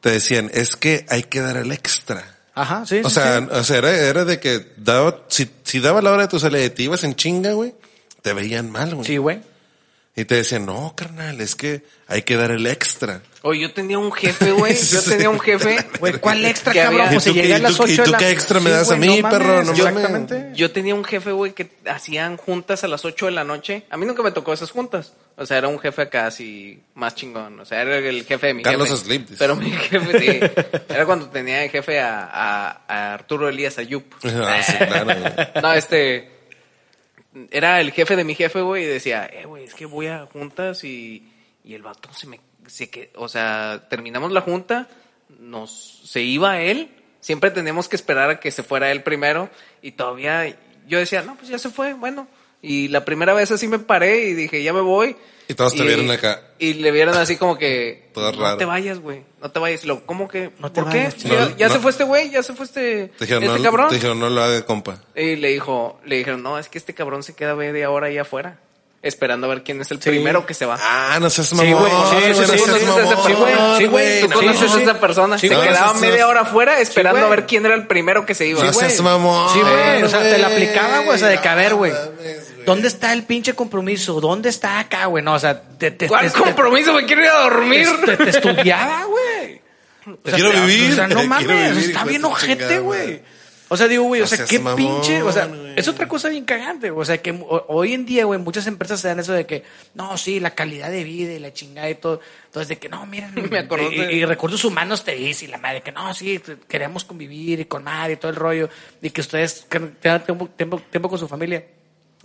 S3: te decían, es que hay que dar el extra.
S2: Ajá, sí,
S3: O
S2: sí,
S3: sea,
S2: sí.
S3: o sea era, era de que daba, si, si daba la hora de tu salida y te ibas en chinga, güey, te veían mal, güey.
S2: Sí, güey.
S3: Y te decían, no, carnal, es que hay que dar el extra.
S1: Oye, yo tenía un jefe,
S3: (laughs)
S1: güey. Yo
S3: Sí.
S1: tenía un jefe.
S2: Güey, ¿cuál extra,
S1: que había-
S2: cabrón? Pues si
S3: ¿Y tú (laughs) qué-
S2: llegué a
S3: y
S2: las
S3: tú qué-
S2: 8
S3: y
S2: de
S3: tú
S2: la
S3: qué extra me
S2: Sí,
S3: das
S2: güey,
S3: a mí, perro? No mames.
S2: Exactamente.
S1: Yo tenía un jefe, güey, que hacían juntas a las 8 de la noche. A mí nunca me tocó esas juntas. O sea, era un jefe acá así más chingón. O sea, era el jefe de mi
S3: Carlos
S1: jefe.
S3: Slim, dice.
S1: Pero mi jefe, sí. Era cuando tenía de jefe a, a- a Arturo Elías Ayup.
S3: Ah, sí, claro, güey.
S1: No, este... Era el jefe de mi jefe, güey, y decía, eh, güey, es que voy a juntas y, y el vato se me... Se que, o sea, terminamos la junta, nos se iba él, siempre teníamos que esperar a que se fuera él primero y todavía yo decía, no, pues ya se fue, bueno. Y la primera vez así me paré y dije, ya me voy.
S3: Y todos te vieron acá.
S1: Y le vieron así como que,
S3: Todo
S1: no
S3: raro.
S1: te vayas, güey, no te vayas. Lo, ¿Cómo que?
S2: No te
S1: ¿Por qué?
S2: vayas,
S1: Si
S3: no,
S1: ya ya
S3: no.
S1: se fue este güey, ya se fue este,
S3: Te dijeron,
S1: este
S3: no,
S1: cabrón.
S3: te dijeron, no lo haga, compa.
S1: Y le dijo, le dijeron, no, es que este cabrón se queda media hora ahí afuera, esperando a ver quién es el
S2: Sí.
S1: primero que se va.
S3: Ah, no seas
S2: güey,
S3: mamón.
S2: sí, sí, sí,
S3: no seas
S2: sí, sí, sí,
S3: mamón,
S1: sí, güey,
S2: sí, güey,
S3: no,
S1: ¿Tú conoces
S2: sí,
S1: a
S2: sí.
S1: esa persona?
S2: Sí,
S1: se
S2: güey.
S1: quedaba
S3: No,
S1: media
S3: no,
S1: hora afuera esperando a
S2: güey.
S1: ver quién era el primero que se iba.
S3: No
S1: Sí, güey.
S3: seas mamón.
S2: Sí, güey. O sea, te la
S3: güey.
S2: aplicaba, güey. O sea, de que, a ver,
S3: No
S2: güey.
S3: mames, güey.
S2: ¿Dónde está el pinche compromiso? ¿Dónde está acá, güey? No, o sea, te, te,
S1: ¿Cuál
S2: te- te-
S1: compromiso? Me quiero ir a dormir.
S2: te- Este, te estudiaba, güey. O sea,
S3: Quiero
S2: te-
S3: vivir.
S2: O sea, no
S3: Quiero
S2: mames,
S3: vivir,
S2: está
S3: hijo de
S2: bien
S3: tu
S2: ojete,
S3: chingada
S2: güey.
S3: madre.
S2: O sea, digo, güey, o
S3: No
S2: sea,
S3: seas
S2: qué
S3: mamón,
S2: pinche, o sea,
S3: güey.
S2: es otra cosa bien cagante, güey. o sea, que ho- hoy en día, güey, muchas empresas se dan eso de que, no, sí, la calidad de vida y la chingada y todo, entonces de que, no,
S3: (laughs)
S2: miren,
S1: Me acordé.
S2: y, y recursos humanos te dice, y la madre, que no, sí, te- queremos convivir y con madre y todo el rollo, y que ustedes que tengan tiempo, tiempo, tiempo con su familia.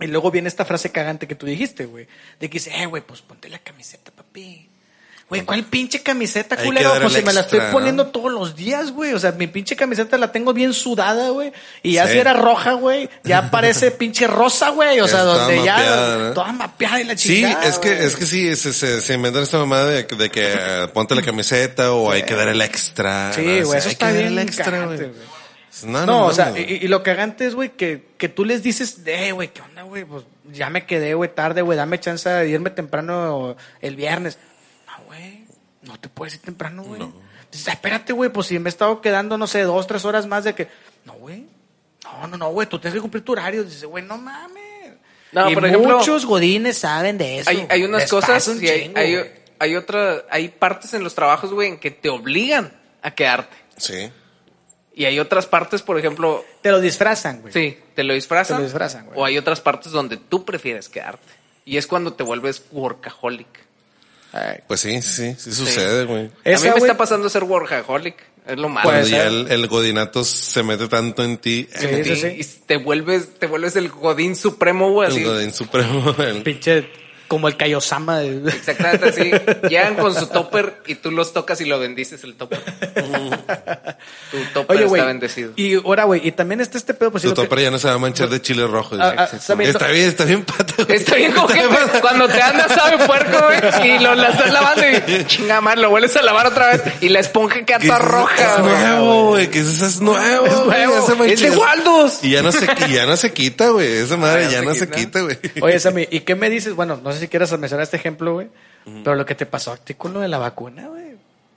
S2: Y luego viene esta frase cagante que tú dijiste, güey, de que dice, eh, güey, pues ponte la camiseta, papi. Güey, ¿cuál pinche camiseta,
S3: Hay que
S2: culero?
S3: darle
S2: Pues si me la estoy
S3: extra, ¿no?
S2: poniendo todos los días, güey. O sea, mi pinche camiseta la tengo bien sudada, güey. Y ya
S3: Sí.
S2: si era roja, güey, ya
S3: (laughs)
S2: parece pinche rosa, güey. O
S3: Ya
S2: sea,
S3: está
S2: donde ya.
S3: mapeada, ¿no?
S2: Toda mapeada y la
S3: Sí,
S2: chingada.
S3: es que,
S2: güey.
S3: es que sí, se, se, se inventan esta mamada de, que- de que eh, ponte la camiseta o hay que dar el extra.
S2: Sí,
S3: ¿no? O
S2: güey,
S3: sea,
S2: eso
S3: hay
S2: está
S3: que dar
S2: bien
S3: el extra,
S2: cagante,
S3: güey. Pues,
S2: güey.
S3: No,
S2: Ah, No, o
S3: mames,
S2: sea,
S3: güey.
S2: y, y lo cagante es, güey, que, que tú les dices, eh, güey, ¿qué onda, güey? Pues ya me quedé, güey, tarde, güey, dame chance de irme temprano el viernes. No, güey, no te puedes ir temprano, güey. Dices, "Ah, espérate, güey, pues si me he estado quedando, no sé, dos, tres horas más de que... No, güey, no, no, no, güey, tú tienes que cumplir tu horario. Dices, güey, no mames.
S1: No,
S2: y
S1: por ejemplo,
S2: muchos godines saben de eso.
S1: hay, hay
S2: güey.
S1: unas
S2: Les
S1: cosas
S2: pasa un
S1: y hay,
S2: chingo,
S1: hay,
S2: güey.
S1: hay otra, hay partes en los trabajos, güey, en que te obligan a quedarte.
S3: Sí.
S1: Y hay otras partes, por ejemplo,
S2: Te lo disfrazan, güey.
S1: Sí, te lo disfrazan.
S2: Te lo disfrazan, güey.
S1: O hay otras partes donde tú prefieres quedarte. Y es cuando te vuelves workaholic.
S2: Ay,
S3: Pues sí, sí, sí sucede, güey.
S1: a mí
S2: Esa,
S1: me
S2: güey- Pues,
S1: está pasando ser workaholic. Es lo malo.
S3: Cuando
S2: Eh, Puede
S3: ya
S2: ser.
S3: el, el godinato se mete tanto en ti.
S2: Sí,
S3: en
S1: Y-
S3: ti,
S2: sí, sí.
S1: Y te vuelves, te vuelves el godín supremo,
S2: pues
S1: güey.
S3: El
S1: así.
S3: godín supremo. (laughs) el-
S2: Pinche, como el Kaiosama. de-
S1: Exactamente
S3: (laughs)
S1: así. Llegan con su topper y tú los tocas y lo bendices el
S3: (laughs)
S1: topper. tu topper
S2: Oye, güey.
S1: está bendecido.
S2: Y ahora, güey, y también está este pedo, pues sí,
S3: Tu
S2: lo que-
S3: topper ya no se va a manchar de chile rojo.
S2: Ah, ah,
S3: dice.
S2: está bien.
S3: está bien, está bien, pato.
S2: (laughs)
S3: güey.
S1: Está bien cojete cuando te andas sabe puerco, güey, y lo la estás lavando y chinga madre, lo vuelves a lavar otra vez y la esponja queda
S3: Que
S1: toda
S3: eso
S1: roja,
S3: Es
S1: güey.
S3: nuevo, güey. Que eso es nuevo.
S1: Es
S3: güey,
S1: nuevo,
S3: ya se
S1: es de
S3: manchó.
S1: Waldos.
S3: Y ya no se, y ya no se quita, güey. Esa madre
S1: Ah,
S3: ya no se quita, güey.
S2: Oye, Sammy, ¿y qué me dices? Bueno, no sé si quieras mencionar este ejemplo, güey, pero lo que te pasó a ti con lo de la vacuna, güey.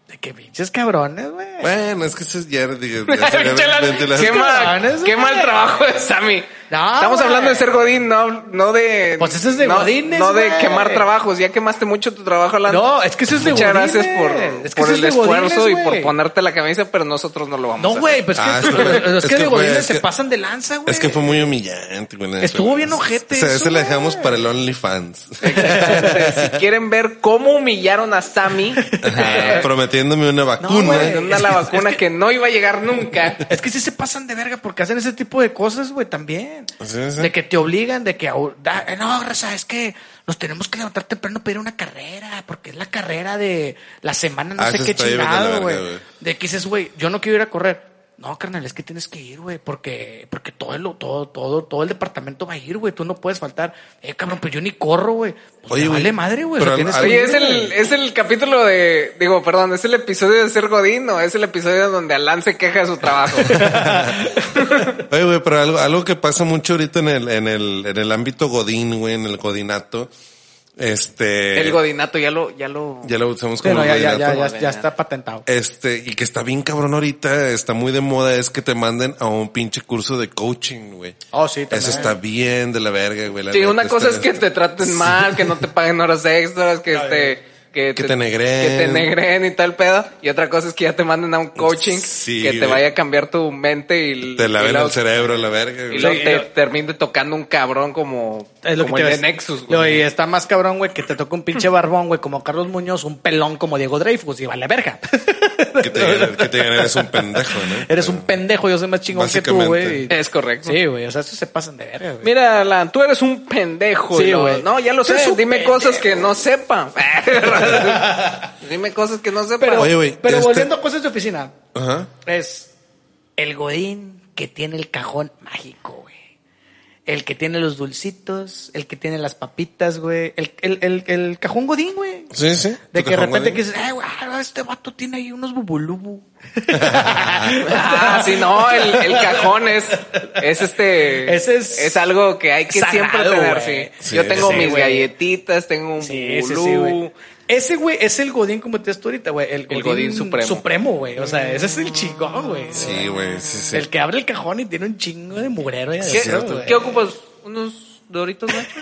S2: De que pinches cabrones, güey.
S3: Bueno, es que eso es ya, digo,
S1: (laughs)
S3: ya sería ventilación.
S1: qué, mal,
S2: cabrones,
S1: qué mal
S2: güey.
S1: trabajo de Sammy.
S2: No,
S1: Estamos
S2: güey.
S1: hablando de ser Godín, no, no de.
S2: Pues eso es de
S1: no,
S2: godines,
S1: No de
S2: güey.
S1: quemar trabajos. Ya quemaste mucho tu trabajo hablando.
S2: No, es que eso es de
S1: Muchas
S2: godines.
S1: gracias por,
S2: Es que
S1: por
S2: eso es
S1: el
S2: de
S1: esfuerzo
S2: godines,
S1: y por
S2: güey.
S1: ponerte la camisa, pero nosotros no lo vamos a
S2: No,
S1: hacer.
S2: güey, pues
S3: Ah,
S2: es que,
S3: es que fue-
S2: los
S3: es
S2: que
S3: que
S2: de
S3: fue-
S2: godines
S3: es
S2: se
S3: que-
S2: pasan de lanza, güey.
S3: Es que fue muy humillante, güey. la neta,
S2: Estuvo
S3: güey.
S2: bien ojete
S3: O sea,
S2: eso,
S3: ese lo dejamos
S2: güey.
S3: para el OnlyFans.
S1: (laughs) si quieren ver cómo humillaron a
S2: (laughs)
S1: Sammy
S3: Ajá, (laughs) Prometiéndome una
S2: No,
S3: vacuna.
S2: güey.
S1: en una la vacuna que no iba a llegar nunca.
S2: Es que sí se pasan de verga porque hacen ese tipo de cosas, güey, también.
S3: Sí, sí.
S2: De que te obligan, de que... au- da- eh, No, Raza, es que nos tenemos que levantar temprano para ir a una carrera, porque es la carrera de la semana no
S3: Ah,
S2: sé
S3: eso
S2: qué
S3: está bien de la
S2: chingado,
S3: verga,
S2: güey.
S3: güey.
S2: De que dices, güey, yo no quiero ir a correr. No, carnal, es que tienes que ir, güey, porque, porque todo, el, todo, todo, todo el departamento va a ir, güey. Tú no puedes faltar. Eh, cabrón, pues yo ni corro, güey. Pues
S3: Oye,
S2: te
S3: güey,
S2: vale madre, güey. o sea,
S3: pero
S2: tienes
S3: al-
S2: que
S1: Oye,
S2: ir,
S1: es el,
S2: güey.
S1: es el capítulo de. Digo, perdón, es el episodio de Ser Godín o es el episodio donde Alan se queja de su trabajo.
S2: (laughs)
S3: Oye, güey, pero algo, algo que pasa mucho ahorita en el, en el, en el ámbito godín, güey, en el godinato. Este.
S1: El Godinato ya lo. Ya lo...
S3: Ya lo usamos como
S2: Pero ya, ya,
S3: godinato.
S2: ya, ya,
S1: güey.
S2: ya está patentado.
S3: Este, y que está bien cabrón ahorita, está muy de moda, es que te manden a un pinche curso de coaching, güey.
S2: Oh, sí, también.
S3: Eso está bien de la verga, güey. la
S1: Sí,
S3: neta,
S1: una cosa es
S3: está-
S1: que te traten mal, que no te paguen horas extras, que este. Que
S3: Que te negren.
S1: Que te negren y tal pedo. Y otra cosa es que ya te manden a un coaching
S3: Sí,
S1: que te
S3: güey.
S1: vaya a cambiar tu mente y.
S3: Te
S1: y
S3: laven
S1: luego-
S3: el cerebro, la verga,
S1: Y
S3: güey.
S1: luego
S2: Sí,
S1: te
S2: lo-
S1: termine tocando un cabrón como,
S2: Es lo que
S1: como el
S2: te iba
S1: de
S2: a decir.
S1: Nexus,
S2: Lo-
S1: güey.
S2: y está más cabrón, güey, que te toca un (laughs) pinche barbón, güey, como Carlos Muñoz, un pelón como Diego Dreyfus y vale verga. (laughs)
S3: Que te digan, que te digan, eres un pendejo, ¿no?
S2: Eres un pendejo, yo soy más chingón que tú, güey. y-
S3: Básicamente.
S1: Es correcto.
S2: Sí, güey, o sea, eso se pasan de verga, güey.
S1: Mira, Alan, tú eres un pendejo.
S2: Sí,
S1: y lo-
S2: güey.
S1: no, ya lo
S2: Tú eres
S1: sé.
S2: un
S1: Dime
S2: pendejo.
S1: cosas que no sepa. (laughs) Dime cosas que no sepa.
S2: Pero,
S3: Oye, güey,
S2: pero
S3: este-
S2: volviendo a cosas de oficina,
S3: Ajá.
S2: es el godín que tiene el cajón mágico, güey. El que tiene los dulcitos, el que tiene las papitas, güey. El, el, el, el cajón godín, güey.
S3: Sí, sí.
S2: De
S3: Tu
S2: que de
S3: cajón,
S2: repente
S3: güey.
S2: que dices, eh, güey, este vato tiene ahí unos bubulubu.
S1: ah, sí, no, el, el cajón es, es este.
S2: Ese es-
S1: algo que hay que
S2: Sagrado,
S1: siempre tener,
S2: güey.
S1: sí.
S3: Sí,
S1: Yo tengo
S3: sí,
S1: mis
S2: güey.
S1: galletitas, tengo un
S2: Sí, sí,
S1: bulú.
S2: sí, güey. Ese, güey, es el Godín como te tú ahorita, güey. El Godín,
S1: El Godín supremo.
S2: güey. O sea, ese es el chingón, güey.
S3: Sí, güey, sí, sí.
S2: El que abre el cajón y tiene un chingo de mugrero. ahí
S1: ¿Qué,
S2: adentro, güey.
S1: ¿Qué ocupas? ¿Unos doritos nachos?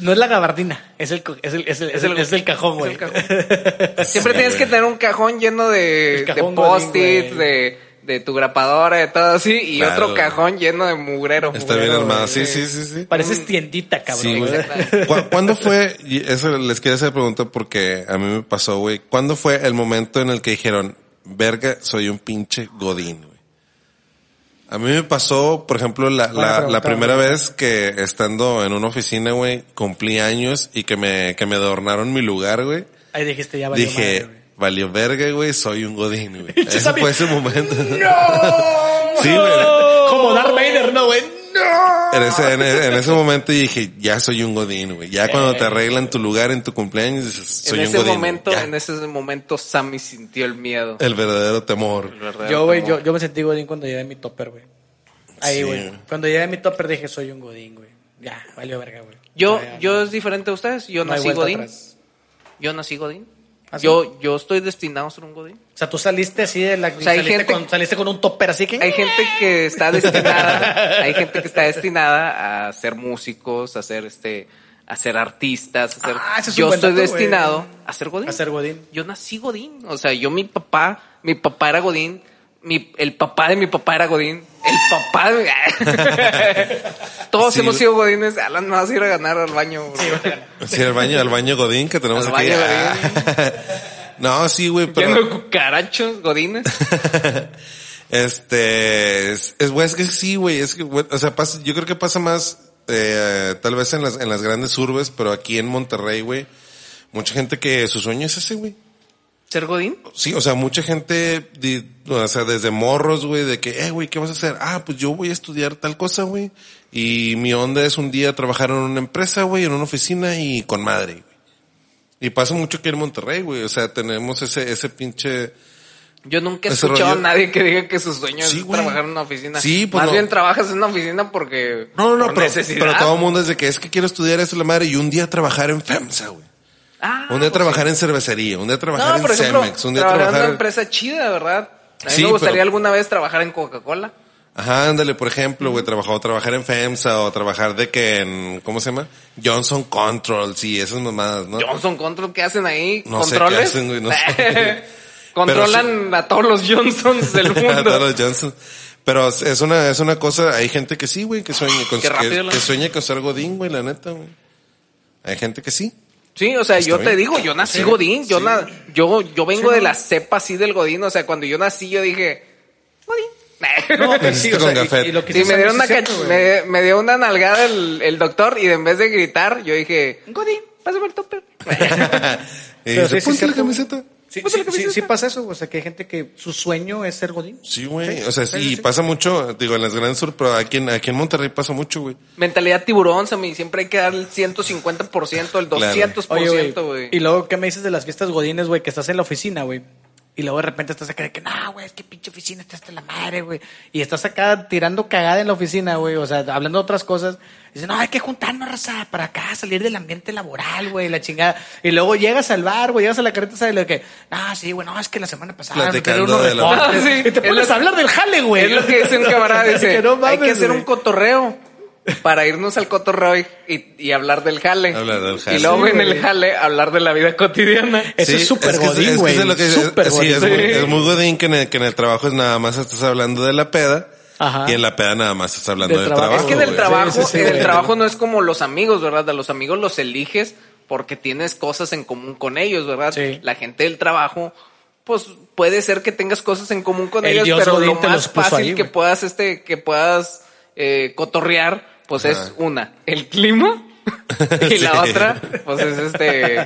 S2: No es la gabardina, es el, co- es el, es el, es el, es el cajón,
S1: Es
S2: güey.
S1: el cajón.
S2: (laughs)
S1: Siempre
S3: Sí,
S1: tienes
S3: güey.
S1: que tener un cajón lleno de,
S2: El cajón
S1: de post-its,
S2: Godín, güey.
S1: de, de tu grapadora, de todo así, y
S3: Claro,
S1: otro
S3: güey.
S1: cajón lleno de mugrero.
S3: Está bien armado. Sí, sí, sí, sí.
S2: Pareces tiendita, cabrón.
S3: Sí, güey.
S1: Exactamente.
S3: ¿Cu- ¿Cuándo fue? y Eso les quería hacer pregunta porque a mí me pasó, güey. ¿Cuándo fue el momento en el que dijeron, verga, soy un pinche godín, güey? A mí me pasó, por ejemplo, la,
S2: Buena
S3: la- la
S2: pregunta,
S3: primera vez que estando en una oficina, güey, cumplí años y que me, que me adornaron mi lugar, güey.
S2: Ahí dijiste, ya valió
S3: Dije,
S2: madre,
S3: valió verga, güey, soy un
S1: (laughs)
S3: godín, güey.
S2: Yo
S3: (laughs) Ese
S2: sabía-
S3: fue ese momento.
S2: (laughs)
S3: (laughs)
S2: ¡No!
S3: Sí, güey.
S2: Como Darth Vader, ¿no, güey? ¡No!
S3: En ese, en, en ese momento dije, ya soy un godín, güey. Ya cuando te arreglan tu lugar en tu cumpleaños, dices, soy
S1: Eh. en
S3: un
S1: ese
S3: godín.
S1: momento,
S3: ya.
S1: en ese momento, Sammy sintió el miedo.
S3: El verdadero temor.
S1: El verdadero
S2: Yo, güey,
S1: temor.
S2: yo, yo me sentí Godín cuando llevé mi topper, güey.
S3: Sí,
S2: Ahí, güey.
S3: güey.
S2: Cuando llevé mi topper dije, soy un Godín, güey. Ya, valió verga, güey.
S1: Yo,
S2: Ya,
S1: yo
S2: no-
S1: es diferente a ustedes. Yo
S2: no hay
S1: nací
S2: vuelta
S1: Godín.
S2: atrás.
S1: Yo nací Godín.
S2: ¿Ah, sí?
S1: Yo, yo estoy destinado a ser un Godín.
S2: O sea, tú saliste así de la...
S1: sea, hay
S2: saliste,
S1: gente-
S2: con, saliste con un topper así que...
S1: Hay gente que
S2: Eh.
S1: está
S2: (laughs)
S1: destinada, hay gente que está destinada a ser músicos, a ser este, a ser artistas, a ser-
S2: Ah, ese es un
S1: yo
S2: buen
S1: estoy
S2: dato,
S1: destinado
S2: güey.
S1: a ser Godín.
S2: A ser
S1: (laughs)
S2: Godín.
S1: Yo nací Godín, o sea, yo mi papá, mi papá era Godín, mi, el papá de mi papá era Godín, el papá de (laughs) Todos
S3: Sí.
S1: hemos sido Godines, Alan, me vas a ir a ganar al baño. bro.
S3: Sí, al baño, al baño godín que tenemos
S1: Al
S3: aquí. Ah,
S1: baño
S2: ah,
S3: no, sí, güey, pero...
S1: Lleno de cucarachos,
S2: (laughs)
S1: Godines.
S3: Este, es, es, güey, es que sí, güey, es que, güey, o sea, pasa- yo creo que pasa más, eh, tal vez en las, en las grandes urbes, pero aquí en Monterrey, güey, mucha gente que su sueño es ese, güey.
S1: ¿Ser Godín?
S3: Sí, o sea, mucha gente, di- o sea, desde morros, güey, de que, eh, güey, ¿qué vas a hacer? Ah, pues yo voy a estudiar tal cosa, güey. Y mi onda es un día trabajar en una empresa, güey, en una oficina y con madre, güey. Y pasa mucho que en Monterrey, güey, o sea, tenemos ese, ese pinche...
S1: Yo nunca he
S3: Ese
S1: escuchado
S3: rollo-
S1: a nadie que diga que su sueño
S3: Sí,
S1: es
S3: güey.
S1: trabajar en una oficina.
S3: Sí, pues
S1: Más
S3: no.
S1: bien trabajas en una oficina porque.
S3: No, no, no,
S1: por
S3: pero,
S1: necesidad.
S3: pero todo el mundo es de que es que quiero estudiar eso la madre y un día trabajar en FEMSA, güey.
S1: Ah,
S3: un día
S1: pues
S3: trabajar en cervecería, un día trabajar
S1: No, por
S3: en
S1: ejemplo,
S3: Cemex, un día
S1: trabajar en
S3: trabajar...
S1: una empresa chida, ¿verdad? A mí
S3: Sí,
S1: me gustaría
S3: pero-
S1: alguna vez trabajar en Coca-Cola.
S3: Ajá, ándale, por ejemplo, güey, trabajó, trabajar en FEMSA o trabajar de que en, ¿cómo se llama? Johnson Controls y esas mamadas, ¿no? (laughs)
S1: Johnson Control, ¿qué hacen ahí?
S3: No sé qué
S1: ¿Controles?
S3: hacen,
S1: (laughs)
S3: güey, no sé.
S1: Controlan a todos los
S3: (laughs)
S1: Johnsons del
S3: A todos
S1: mundo.
S3: los Johnson. Pero es una, es una cosa, hay gente que sí, güey, que sueña con,
S1: Qué rápido,
S3: que,
S1: ¿no?
S3: que sueña con ser Godín, güey, la neta, güey. Hay gente que sí. (laughs)
S1: Sí, o sea,
S3: Está
S1: yo te
S3: bien.
S1: digo, yo nací
S3: Sí,
S1: Godín, yo,
S3: sí.
S1: na- yo, yo vengo de la cepa así del Godín, o sea, cuando yo nací yo dije, Godín. (laughs)
S3: Naciste con gafet.
S2: lo que
S1: pues Sí, me dio,
S2: estás haciendo
S1: una
S2: es cierto,
S1: cach-
S2: güey.
S1: me, me dio una nalgada el, el doctor y en vez de gritar, yo dije, Godín, pásame el topper.
S3: Y
S2: Pero
S3: dice,
S2: sí, sí,
S3: "Ponte
S2: cierto,
S3: la camiseta.
S2: Sí,
S1: Pues
S2: sí,
S1: es lo que
S2: sí,
S1: me
S2: sí
S1: dices.
S2: pasa eso, güey. o sea, que hay gente que su sueño es ser Godín.
S3: Sí, güey. O sea, sí,
S2: sí, sí.
S3: y pasa mucho, digo, en las Grandes Sur, pero aquí en, aquí en Monterrey pasa mucho, güey.
S1: Mentalidad tiburón, Sammy, siempre hay que dar el 150%, el
S3: Claro.
S1: 200%, güey.
S2: Y luego, ¿qué me dices de las fiestas godines, güey? Que estás en la oficina, güey. Y luego de repente estás acá de que, no, güey, es que pinche oficina está hasta la madre, güey. Y estás acá tirando cagada en la oficina, güey. O sea, hablando de otras cosas. Dicen, no, hay que juntarnos, raza, para acá, salir del ambiente laboral, güey, la chingada. Y luego llegas al bar, güey, llegas a la carreta ¿sabes? lo que, no, sí, güey, no, es que la semana pasada... me
S3: Platicando
S2: dieron unos
S3: de la-
S2: reportes".
S1: Ah, sí.
S2: Y te
S1: Es
S2: pones
S1: lo-
S2: a hablar del jale, güey.
S1: Es lo que dice un camarada, dice,
S2: (laughs) Que no
S1: hay que
S2: mames,
S1: hacer
S2: güey.
S1: un cotorreo para irnos al cotorreo y, y- y hablar del jale.
S3: Hablar del jale.
S1: Y luego
S2: Sí,
S1: en el
S2: güey.
S1: jale hablar de la vida cotidiana.
S2: Eso
S3: Sí,
S2: es súper
S3: que es- es
S2: godín,
S3: que
S2: güey.
S3: es lo que-
S2: Súper
S3: sí,
S2: godín.
S3: es muy, es muy godín que en, el, que en el trabajo es nada más estás hablando de la peda.
S2: Ajá.
S3: Y en la peda nada más estás hablando
S2: Del
S3: del
S2: trabajo.
S1: Es
S3: trabajo.
S1: que en el
S3: güey.
S1: trabajo,
S2: Sí, sí, sí,
S1: en el
S2: güey.
S1: trabajo no es como los amigos, ¿verdad? A los amigos los eliges porque tienes cosas en común con ellos, ¿verdad?
S2: Sí.
S1: La gente del trabajo, pues puede ser que tengas cosas en común con
S2: El
S1: ellos,
S2: dios
S1: pero
S2: Godín
S1: lo
S2: te los
S1: más
S2: puso
S1: fácil
S2: ahí,
S1: que
S2: güey.
S1: puedas, este, que puedas eh, cotorrear, pues es
S3: Ajá.
S1: una, el clima.
S3: (laughs)
S1: y la
S3: Sí.
S1: otra, pues es este,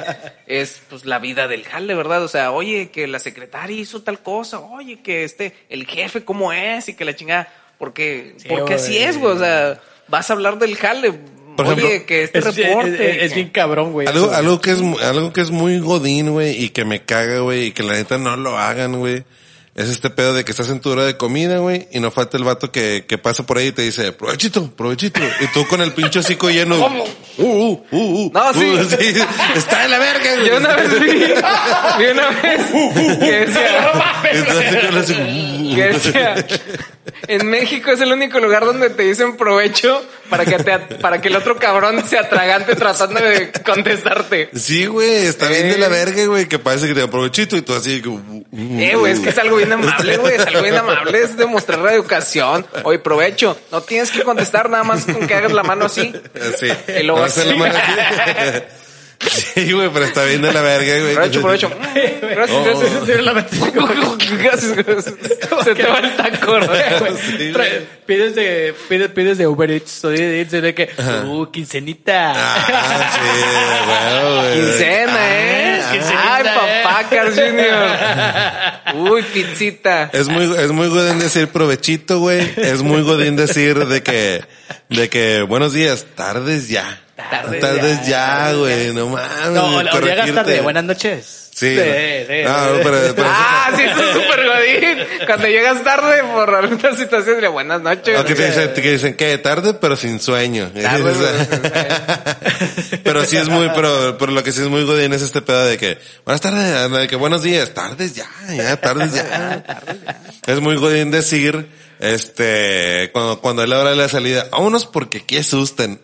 S1: es pues la vida del jale, ¿verdad? O sea, oye, que la secretaria hizo tal cosa, oye, que este, el jefe cómo es y que la chingada, porque
S2: Sí,
S1: porque así
S2: güey.
S1: es, güey. O sea, vas a hablar del jale.
S3: Por
S1: Oye,
S3: ejemplo,
S1: que este
S2: Es, es-
S1: reporte.
S2: es- es bien cabrón, güey. eso,
S3: Algo,
S2: güey.
S3: algo que es, mu- algo que es muy godín, güey, y que me caga, güey, y que la neta no lo hagan, güey. Es este pedo de que estás en tu hora de comida, güey, y no falta el vato que, que pasa por ahí y te dice, provechito, provechito. Y tú con el pinche hocico lleno.
S1: ¿Cómo?
S3: Uh, uh, uh, uh,
S1: No,
S3: (laughs)
S1: sí.
S3: uh, Está en la verga, güey.
S1: Yo una vez vi, vi una (laughs) vez que decía, (laughs)
S3: Entonces, con el hocico, uh, uh.
S1: que decía, en México es el único lugar donde te dicen provecho para que te, at- para que el otro cabrón se atragante tratando de contestarte.
S3: Sí, güey, está bien de la verga, güey, que parece que te aprovechito y tú así. que, uh, uh,
S1: Eh, güey, es que es algo bien amable, güey. Es algo bien
S3: Está-
S1: amable. Es demostrar la educación. Oye, provecho. No tienes que contestar nada más con que hagas la mano así.
S3: Sí.
S1: Y luego
S3: No, hacer la
S1: así.
S3: mano así. (laughs) Sí, güey, pero está bien de la verga, güey.
S1: Provecho,
S2: (laughs)
S1: provecho. Mm, Gracias,
S3: Oh.
S1: gracias.
S2: Sí, la (laughs) verdad.
S1: Gracias, gracias. Se te va el taco, güey.
S3: Sí,
S2: Trae-
S3: güey.
S2: pides de pides, pides de Uber Eats o de Eats, de que uh quincenita
S3: Ah, sí, güey, güey.
S1: Quincena, ¿eh?
S2: Ah, quincenita,
S1: Ay,
S2: eh.
S1: papá, Carl Jr. Uy, pizzita.
S3: Es muy, es muy godín decir provechito, güey. Es muy godín decir de que, de que buenos días, tardes ya.
S1: Tardes
S3: tardes
S2: ya,
S3: ya, güey. No mames.
S2: no o llegas
S3: corregirte.
S2: tarde buenas noches
S3: Sí.
S2: sí, sí,
S3: no,
S2: sí.
S3: pero, pero-
S1: Ah, sí, eso es súper godín. Cuando llegas tarde por alguna situación, dile buenas noches.
S3: O que te dicen, que dicen que tarde, pero sin (laughs) sueño.
S1: Tarde,
S3: O sea, (laughs) pero sí es muy, pero, pero lo que sí es muy godín es este pedo de que buenas tardes, ah, de que buenos días, tardes ya, ya, (laughs) tardes ya. es muy godín decir, este, cuando, cuando es la hora de la salida, vámonos porque aquí asustan.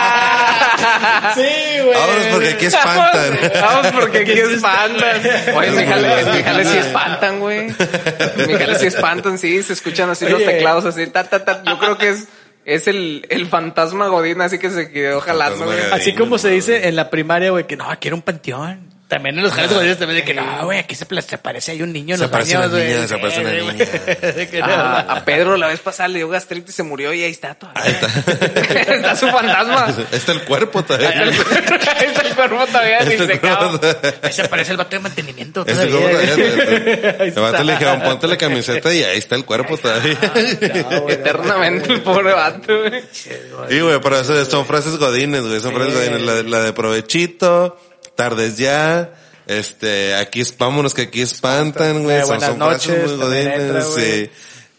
S1: Ah.
S2: sí güey
S3: Vámonos porque aquí (laughs) espantan.
S1: Vamos, vamos, porque aquí espantan. Oye, mi jale, en mi jale sí espantan, güey. En Mi jale sí espantan, sí, se escuchan así los
S2: Oye.
S1: teclados así, ta, ta, ta. Yo creo que es, es el, el fantasma Godín, así que se quedó jalando, güey.
S3: Godín.
S2: así como se dice en la primaria güey que no quiero un panteón también en los jales godines también de que no güey aquí se, pla- se aparece hay un niño en
S3: Se
S2: los
S3: aparece
S2: baños,
S3: una
S2: güey.
S3: niña, se aparece una
S2: Sí, güey. (laughs)
S3: niña.
S2: De que no,
S1: Ah, a Pedro la vez pasada le dio gastritis y se murió y ahí está todavía.
S3: Ahí está. (laughs)
S1: Está su fantasma.
S3: Está el cuerpo todavía. (laughs)
S1: Ahí (laughs) está el cuerpo todavía
S3: Está el
S1: disecado.
S3: cuerpo todavía.
S2: ahí se aparece el vato de mantenimiento
S3: Este
S2: todavía.
S3: cuerpo todavía.
S2: (laughs) Ahí
S3: El vato
S2: está. Ah,
S3: le dijeron, ponte la camiseta y ahí está el cuerpo todavía.
S1: Ah,
S2: No, güey, no.
S1: Eternamente el pobre vato, güey.
S3: (laughs) Y güey, pero eso son frases godines, güey, son frases godines. La, de- la de provechito, tardes ya, este, aquí es, vámonos que aquí espantan, güey.
S2: Eh,
S3: Son,
S2: buenas
S3: son frases
S2: noches,
S3: muy
S2: también
S3: godines,
S2: entra, güey.
S3: sí.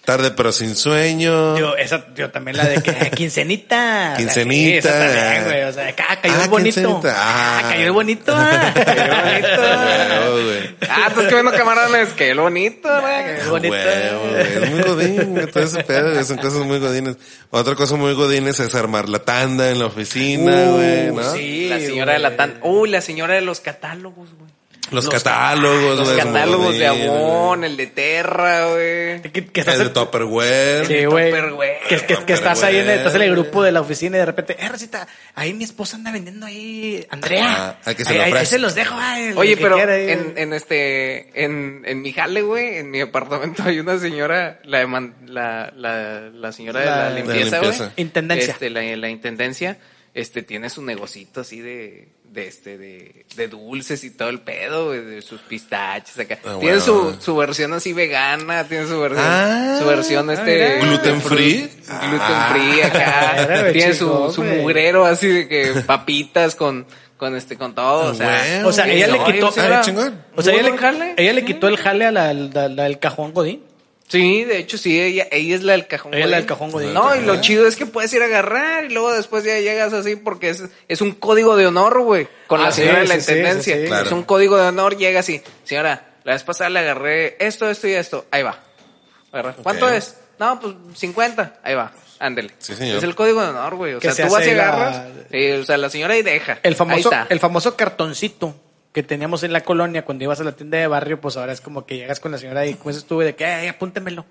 S3: Tarde pero sin sueño.
S2: Yo, esa, yo también la de que, eh,
S3: (laughs)
S2: quincenita.
S3: Quincenita.
S2: O sea, sí, esa también, güey. O sea, acá cayó
S3: Ah,
S2: el bonito.
S3: quincenita. Ah.
S2: Ah, cayó el
S3: (laughs)
S2: bonito. ah, Cayó el
S3: Huevo,
S2: bonito.
S3: güey.
S1: Ah, estás que viendo camaradas, que lo bonito, güey.
S2: Qué bonito.
S3: Ah, Huevo, güey. es muy godín, güey, todo ese pedo, güey, son cosas muy godines. Otra cosa muy godines es armar la tanda en la oficina,
S2: Uh,
S3: güey, ¿no?
S2: sí,
S1: La señora de la
S2: güey.
S1: tan... Uy, la señora de los catálogos, güey.
S3: Los, catálogos,
S1: Los
S3: güey, es muy
S1: catálogos de
S3: godín,
S1: Avon, el de Terra, güey.
S2: (laughs) Que, que
S3: güey.
S2: estás
S3: Ah, El de Tupperware.
S2: Sí, güey.
S1: Tupperware.
S2: Que, que- que estás ahí, en el,
S3: Tupperware.
S2: estás en el grupo de la oficina y de repente, eh, Rosita, ahí mi esposa anda vendiendo ahí, Andrea.
S3: Ah, hay que se
S2: Ahí-
S3: lo
S2: ahí- ahí
S3: ofrece.
S2: se los dejo, ay, el
S1: Oye,
S2: que
S1: pero
S2: quiera ahí.
S1: en, en este, en, en mi jale, güey, en mi apartamento hay una señora, la, de man- la, la, la señora
S2: La-
S1: de la
S2: de
S3: la
S1: limpieza, güey.
S3: limpieza.
S2: Intendencia.
S1: Este, la, la intendencia, este, tiene su negocito así de, de este, de, de dulces y todo el pedo, güey, de sus pistaches acá.
S3: Ah,
S1: tiene
S3: bueno.
S1: su, su versión así vegana, tiene su versión,
S3: Ah,
S1: su versión este.
S2: mira.
S3: Gluten free.
S1: Gluten free
S2: Era,
S1: acá.
S2: güey,
S1: tiene
S2: chico,
S1: su, su
S2: güey.
S1: mugrero así de que (laughs) papitas con, con este, con todo, o sea.
S3: Güey.
S2: Ah, O sea,
S1: Sí,
S2: ella
S1: Ah, no,
S2: le quitó.
S1: yo sí era-
S3: Ah, chingón.
S2: O sea,
S1: ¿Muy
S2: ella le,
S1: buen jale?
S2: ella le quitó el jale a la, la- la del cajón Godín.
S1: Sí, de hecho sí, ella, ella es la del cajón.
S2: Ella es la
S1: Godín.
S2: del cajón Godín.
S1: No, y lo chido es que puedes ir a agarrar y luego después ya llegas así porque es, es un código de honor, güey, con
S2: Ah,
S1: la
S2: sí,
S1: señora de la
S2: sí, sí,
S1: intendencia.
S2: sí, sí.
S3: Claro.
S1: Es un código de honor, llegas y, señora, la vez pasada le agarré esto, esto y esto, ahí va. Agarra. ¿Cuánto es? No, pues 50, ahí va, ándele.
S3: Sí, señor.
S1: Es el código de honor, güey. O
S2: Que
S1: sea,
S2: se
S1: tú vas y
S2: hace la-
S1: agarras, sí, o sea, la señora y deja.
S2: El
S1: Ahí
S2: famoso,
S1: está.
S2: el famoso cartoncito que teníamos en la colonia cuando ibas a la tienda de barrio, pues ahora es como que llegas con la señora y pues estuve de que, "Ay, apúntemelo.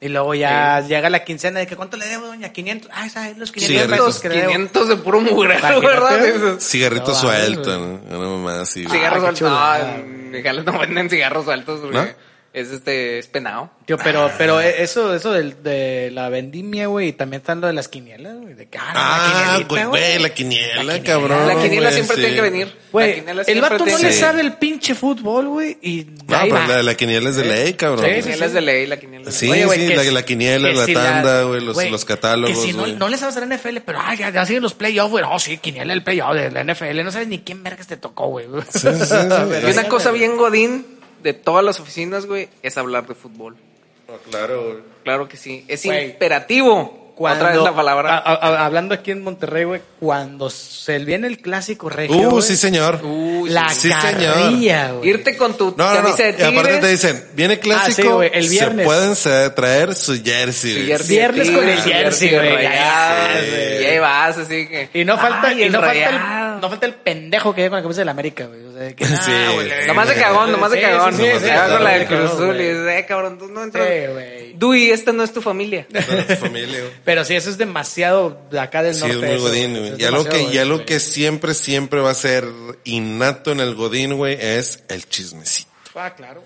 S2: Y luego ya llega la quincena de que, ¿cuánto le debo, doña? 500. Ah, esa es los 500 pesos
S3: Cigarritos,
S2: que le debo.
S1: 500 de puro mugrero,
S2: Imagínate.
S1: ¿verdad? Dices,
S3: Cigarrito
S2: No,
S3: suelto, ¿no? Una mamá así, güey.
S1: Cigarros
S2: qué
S1: altos.
S2: chulada,
S1: No, en Mexicali no venden cigarros altos porque
S3: ¿No?
S1: es este es penado.
S2: Tío, pero, pero e, eso, eso del- de la vendimia, güey, y también está lo de las quinielas, güey. De que, ah,
S3: Ah,
S2: la
S3: güey,
S2: quinielita,
S3: güey, la quiniela, cabrón.
S1: la quiniela
S3: güey,
S1: siempre
S3: sí.
S1: tiene que venir.
S2: Güey,
S1: La quiniela
S2: el
S1: siempre
S2: vato no
S1: tiene-
S2: le
S3: Sí.
S2: sabe el pinche fútbol, güey, y
S3: No,
S2: ahí va.
S3: pero la, la quiniela es de ley, cabrón.
S1: La
S2: Sí,
S1: quiniela es de ley, la quiniela. es de
S3: Sí,
S1: ley.
S2: Oye, güey,
S3: sí,
S2: que
S3: la,
S2: si-
S3: la quiniela,
S2: que
S3: la
S2: si
S3: tanda, güey, los,
S2: güey,
S3: los catálogos,
S2: Que si no,
S3: güey.
S2: no le sabes a la NFL, pero ah, ya, ya siguen los playoffs, güey. No, sí, quiniela el playoff de la NFL. No sabes ni quién vergas te tocó, güey.
S3: Sí, sí,
S2: (laughs)
S3: sí.
S1: Y una cosa bien godín de todas las oficinas, güey, es hablar de fútbol.
S3: Ah, Claro, güey.
S1: Claro que sí, es
S2: Güey.
S1: imperativo. Otra vez la palabra.
S2: hablando aquí en Monterrey, güey, cuando se viene el clásico regio.
S3: Uh,
S2: güey,
S3: sí, señor.
S1: Uy,
S2: La
S3: sí, señor.
S2: carrilla, güey.
S1: irte con tu
S3: No, no, no.
S1: camisa de
S3: Y aparte
S1: tigres.
S3: te dicen, viene clásico,
S2: Ah, sí, güey, el viernes.
S3: se pueden se- traer su jersey.
S1: tu
S3: güey. (laughs)
S1: jersey de
S2: Viernes con el
S1: Tigres,
S2: jersey,
S1: de
S2: güey, ya,
S1: Rayados,
S3: sí.
S1: güey. Y ahí vas, así que.
S2: Y no falta,
S1: Ay,
S2: y no
S1: el
S2: falta, el,
S1: Rayados.
S2: no falta el pendejo que llega con la camisa de la América, güey. O sea, que,
S3: (laughs) Sí,
S2: ah, güey,
S3: sí.
S1: Nomás de cagón, nomás de
S2: Sí,
S1: cagón.
S2: sí,
S3: sí,
S1: Se va
S3: sí,
S1: con la
S3: sí,
S1: del Cruz
S2: claro,
S1: Azul y
S2: güey.
S1: dice, eh, cabrón, tú no entras.
S2: Sí, güey.
S1: Dui, esta no es tu familia.
S3: Para tu
S2: (laughs)
S3: familia, güey.
S2: Pero sí, eso es demasiado de acá del
S3: Sí,
S2: norte.
S3: es muy
S2: eso,
S3: godín,
S2: güey.
S3: güey.
S2: Es
S3: Y algo
S2: demasiado
S3: que, y
S2: godín,
S3: algo
S2: güey.
S3: que siempre, siempre va a ser innato en el godín, güey, es el chismecito.
S2: Ah, claro.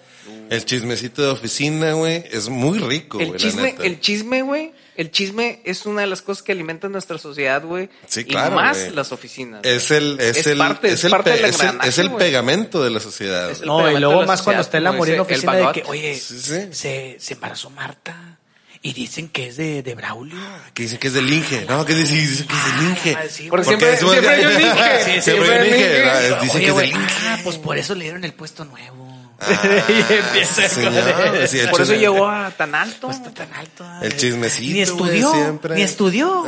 S3: El chismecito de oficina, güey, es muy rico, güey,
S1: El
S3: la
S1: chisme,
S3: neta.
S1: el chisme, güey. El chisme es una de las cosas que alimenta nuestra sociedad, güey.
S3: Sí,
S1: Y
S3: claro,
S1: más
S3: güey.
S1: las oficinas.
S3: Es el, es,
S1: Es
S3: el,
S1: parte-
S3: es
S1: es
S3: el,
S1: parte
S3: pe-
S1: del
S3: es el-
S1: engranaje,
S3: es el
S1: güey.
S3: pegamento de la sociedad.
S1: Es
S3: güey.
S1: el
S2: No, y
S1: pegamento
S2: luego
S1: de la
S2: más cuando
S1: sociedad,
S2: está en la
S1: como dice
S2: muriendo
S1: el
S2: oficina de
S1: Bagot.
S2: que, oye,
S3: Sí, sí.
S2: Se, se embarazó Marta y dicen que es de, de Braulio.
S3: Que dicen que es del Inge, no, que dicen, dicen que es del Ah, Inge.
S2: Ah, sí,
S1: Porque
S2: güey.
S1: siempre-
S3: decimos-
S1: siempre hay un Inge.
S3: (laughs) Sí,
S1: Sí,
S3: siempre hay un Inge. ¿no? Es- Dicen
S2: Oye,
S3: que es
S2: güey,
S3: del Inge.
S2: ah, pues por eso le dieron el puesto nuevo.
S3: Ah,
S2: (laughs) y empieza
S3: sí,
S2: con
S3: señor,
S2: el-
S3: sí, el
S1: Por eso
S3: chisme-
S1: llegó a tan alto.
S2: No está tan alto. ah.
S3: El chismecito,
S2: Ni estudió.
S3: güey, siempre.
S2: Ni estudió.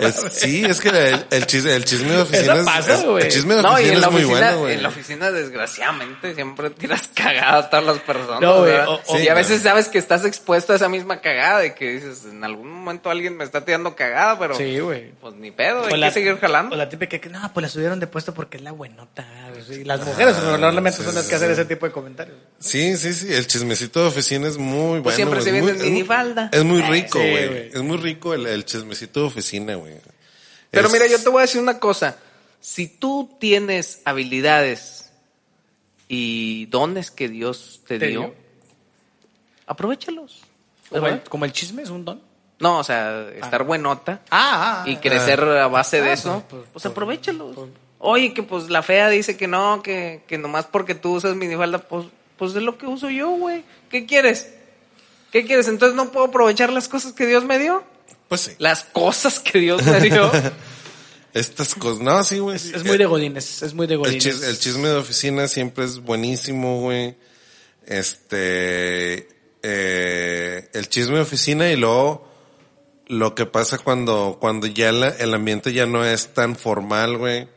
S3: Es- sí, es que el, el, chis- el chisme de oficinas.
S2: pasa,
S3: es-
S2: güey.
S3: el chisme de
S1: No, y
S3: oficina
S1: en
S3: es
S1: la
S3: muy
S1: oficina,
S3: bueno, güey.
S1: en la oficina, desgraciadamente, siempre tiras (laughs) cagada a todas las personas.
S2: No, güey,
S1: ¿verdad?
S2: o-
S3: o-
S1: y a veces sabes que estás expuesto a esa misma cagada y que dices, en algún momento alguien me está tirando cagada, pero
S2: Sí, güey.
S1: pues ni pedo,
S2: O
S1: hay
S2: la-
S1: que seguir jalando.
S2: O la típica que, no, pues la subieron de puesto porque es la buenota. Y las mujeres normalmente
S3: sí,
S2: son las
S3: sí,
S2: que hacen
S3: sí.
S2: ese tipo de comentarios.
S3: Sí, sí, sí. El chismecito de oficina es muy bueno.
S1: Pues siempre
S3: güey,
S1: se
S3: es
S1: viene
S3: muy-
S1: en
S3: es muy-
S1: minifalda.
S3: Es muy rico,
S2: sí,
S3: güey.
S2: güey.
S3: es muy rico el, el chismecito de oficina, güey.
S1: Pero
S3: Es-
S1: mira, yo te voy a decir una cosa. Si tú tienes habilidades y dones que Dios te,
S2: ¿Te
S1: dio,
S2: dio?
S1: aprovechalos.
S2: Como el,
S1: ¿verdad?
S2: como el chisme es un don.
S1: No, o sea, estar buenota
S2: Ah,
S1: y crecer a base de
S2: Ah,
S1: eso,
S2: pues, pues,
S1: pues aprovechalos. Oye, que pues la fea dice que no, que, que nomás porque tú usas minifalda, pues, pues es lo que uso yo, güey. ¿Qué quieres? ¿Qué quieres? Entonces no puedo aprovechar las cosas que Dios me dio.
S3: Pues sí.
S1: Las cosas que Dios me
S2: (laughs)
S1: dio.
S3: Estas cosas. No, sí, güey. sí.
S2: Es muy de godines, es muy de
S3: El,
S2: godines.
S3: chis- el chisme de oficina siempre es buenísimo, güey. Este. eh, el chisme de oficina y luego lo que pasa cuando, cuando ya la- el ambiente ya no es tan formal, güey.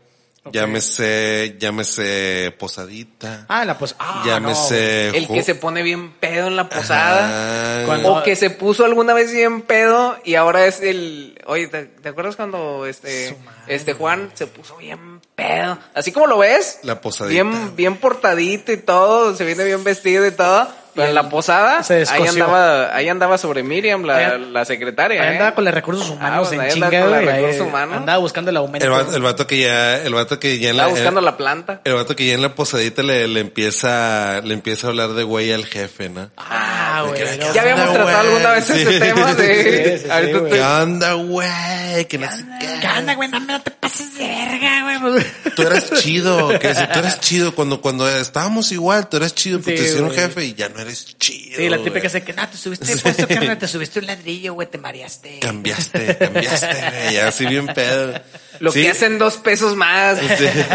S3: Llámese, llámese posadita.
S2: Ah, la pues. Ah,
S3: llámese.
S1: El que
S3: ju-
S1: se pone bien pedo en la posada.
S3: Ah,
S2: Cuando-
S1: O que se puso alguna vez bien pedo y ahora es el... Oye, ¿te, te acuerdas cuando este,
S2: Su madre.
S1: este Juan se puso bien pedo? Así como lo ves.
S3: La posadita.
S1: Bien, bien portadito y todo, se viene bien vestido y todo. Pero en la posada,
S2: se
S1: ahí
S2: descosió.
S1: andaba, ahí andaba sobre Miriam, la,
S2: Ahí-
S1: la secretaria.
S2: Ahí
S1: ¿eh?
S2: andaba con los recursos humanos
S1: Ah, pues,
S2: en
S1: ahí andaba
S2: chinga,
S1: con los
S2: güey, ahí
S1: recursos humanos.
S2: Andaba buscando el aumento.
S3: el, vato, el vato que ya, el vato que ya en la,
S1: Estaba buscando la planta.
S3: el vato que ya en la posadita le, le empieza, le empieza a hablar de güey al jefe, ¿no?
S2: Ah, güey.
S3: Ya
S2: no,
S1: Ya habíamos
S3: no,
S1: tratado
S3: güey,
S1: alguna vez
S3: sí.
S1: ese tema
S2: Sí,
S1: de...
S2: sí, sí,
S1: Ahorita
S2: güey. Ah,
S1: te-
S3: ¿Qué onda, güey? Que no sé qué.
S2: ¿Qué onda, güey? No, me- no te pases de verga, güey.
S3: Tú eras
S2: (laughs)
S3: chido, que dice, tú eras chido cuando cuando estábamos igual, tú eras chido, pues
S2: Sí,
S3: te hicieron
S2: güey.
S3: jefe y ya no eres chido.
S2: Sí, la
S3: güey.
S2: típica es que, no, te subiste,
S3: Sí. (laughs)
S2: puesto, carnal, te subiste un ladrillo, güey, te mareaste.
S3: Cambiaste, cambiaste, güey, así bien pedo.
S1: Lo
S3: Sí,
S1: que hacen dos pesos más.
S3: Sí. (laughs)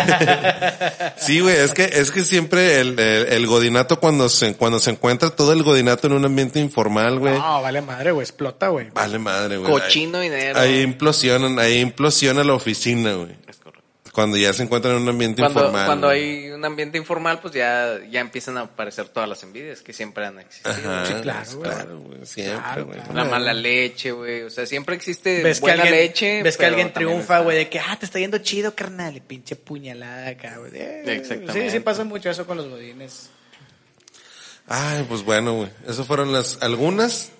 S3: Sí, güey, es que, es que siempre el, el, el godinato cuando se, cuando se encuentra todo el godinato en un ambiente informal, güey.
S2: No, vale madre, güey, explota, güey.
S3: Vale madre, güey.
S1: Cochino y
S3: Ahí,
S1: dinero.
S3: ahí implosionan, ahí implosiona la oficina, güey. Cuando ya se encuentran en un ambiente
S1: Cuando,
S3: informal.
S1: cuando
S3: güey.
S1: hay un ambiente informal, pues ya, ya empiezan a aparecer todas las envidias que siempre han existido.
S3: Ajá, pues,
S2: Sí, claro, güey.
S3: claro, güey. Siempre,
S2: Claro,
S3: güey.
S2: claro.
S1: La mala leche, güey. O sea, siempre existe
S2: Ves que
S1: este, buena
S2: alguien,
S1: leche.
S2: ves que
S1: pero
S2: alguien
S1: también
S2: triunfa,
S1: está-
S2: güey, de que, ah, te está yendo chido, carnal, y pinche puñalada acá, güey. Eh,
S1: Exactamente.
S2: Sí, sí pasa mucho eso con los godines.
S3: Ay, pues bueno, güey. Esas fueron las algunas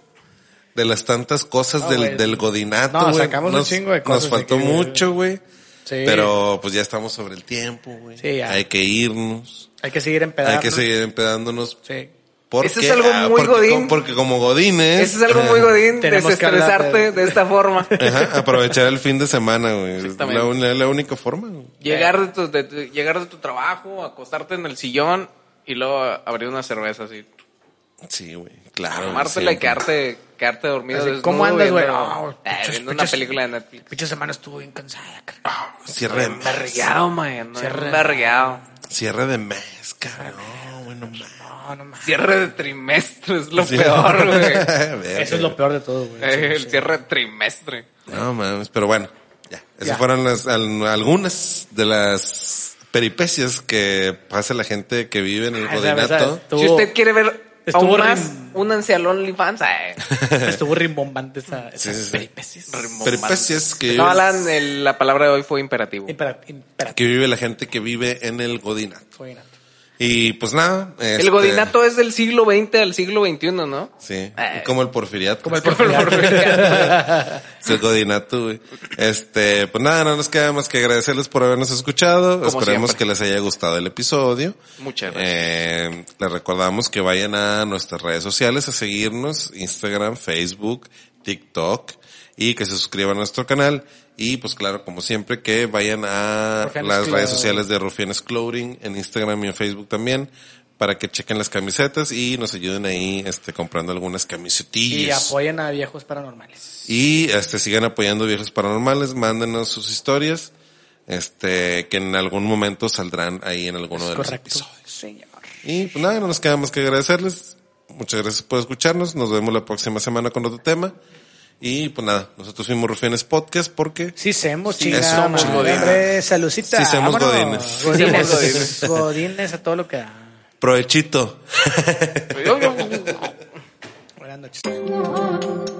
S3: de las tantas cosas
S2: No,
S3: del,
S2: güey.
S3: del godinato.
S2: No,
S3: güey.
S2: sacamos un
S3: Nos-
S2: chingo de cosas
S3: Nos faltó
S2: aquí, güey.
S3: mucho, güey.
S2: Sí.
S3: Pero pues ya estamos sobre el tiempo, güey.
S2: Sí, ya.
S3: Hay que irnos.
S2: Hay que seguir empedando.
S3: Hay que seguir empedándonos.
S2: Sí.
S3: Porque, ah,
S1: Eso es algo muy
S3: porque,
S1: godín.
S3: como- Porque como godines.
S1: Eso es algo muy godín,
S2: Tenemos que hablar
S1: desestresarte
S2: de-
S1: de... esta
S3: (laughs)
S1: forma.
S3: Ajá, aprovechar el fin de semana, güey. Es
S1: Exactamente.
S3: la, un- la única forma, güey.
S1: llegar, de tu, de tu- llegar de tu trabajo, acostarte en el sillón y luego abrir una cerveza así.
S3: Sí, güey. Claro. güey,
S1: Tomártela y
S3: siempre.
S1: quedarte, quedarte dormido.
S2: Así,
S1: desnudo
S2: ¿cómo andas, güey?
S1: viendo-
S2: Ah, güey,
S1: eh,
S2: pinches-
S1: viendo una
S2: pinches-
S1: película de Netflix.
S2: Pinche semana estuvo bien cansada, carnal.
S3: Cierre de mes.
S1: Barriado, man. no,
S2: Cierra.
S1: Barriado.
S3: Cierre de mes, cabrón. No, güey, no mames.
S2: No, no mames.
S1: Cierre de trimestre es lo
S3: Sí. (laughs)
S1: peor, güey.
S3: Verga,
S2: Eso es lo peor de todo, güey.
S1: Eh,
S2: Sí,
S1: El
S2: sí.
S1: cierre de trimestre.
S3: No mames, pero bueno, ya. Esas
S2: Ya.
S3: fueron las, al- algunas de las peripecias que pasa la gente que vive en el
S2: Ah, esa- esa
S3: godinato.
S2: estuvo-
S1: Si usted quiere ver
S2: estuvo
S1: aún más,
S2: rim-
S1: únanse al OnlyFans. eh.
S2: Estuvo rimbombante esa, esas
S3: sí, sí.
S2: peripecias.
S1: Rimbombante.
S3: Peripecias que,
S1: No,
S3: vive,
S1: Alan, el- la palabra de hoy fue imperativo.
S2: Impera- imperativo.
S3: que vive la gente que vive en el godinato.
S2: Godinato.
S3: Y pues nada. este,
S1: El godinato es del siglo XX al siglo XXI, ¿no?
S3: Sí,
S1: Eh.
S3: como el porfiriato. Como el
S1: Porfiriato.
S3: El godinato, güey. Este, pues nada, no nos queda más que agradecerles por habernos escuchado.
S1: Como
S3: Esperemos
S1: siempre.
S3: que les haya gustado el episodio.
S1: Muchas gracias.
S3: Eh, les recordamos que vayan a nuestras redes sociales a seguirnos, Instagram, Facebook, TikTok, y que se suscriban a nuestro canal. Y pues claro, como siempre, que vayan a
S2: Rufianes
S3: las redes
S2: Clothing.
S3: sociales de Rufianes Clothing en Instagram y en Facebook también para que chequen las camisetas y nos ayuden ahí este comprando algunas
S2: Y
S3: camisetillas.
S2: apoyen a viejos paranormales.
S3: Y este sigan apoyando Viejos Paranormales, mándenos sus historias, este que en algún momento saldrán ahí en alguno de los
S2: Correcto.
S3: episodios.
S2: Señor.
S3: Y pues nada, no nos queda más que agradecerles. Muchas gracias por escucharnos. Nos vemos la próxima semana con otro tema. Y pues nada, nosotros fuimos Rufianes Podcast porque
S2: Sí, somos
S3: Sí,
S2: chingada.
S3: somos
S2: madre.
S3: godines.
S2: Hombre, saludcita.
S3: Sí, somos
S2: Vámonos.
S3: godines.
S2: Godines.
S1: Sí,
S2: Godines. a todo lo que da.
S3: provechito.
S1: Yo- yo-
S2: Buenas noches.
S4: Thank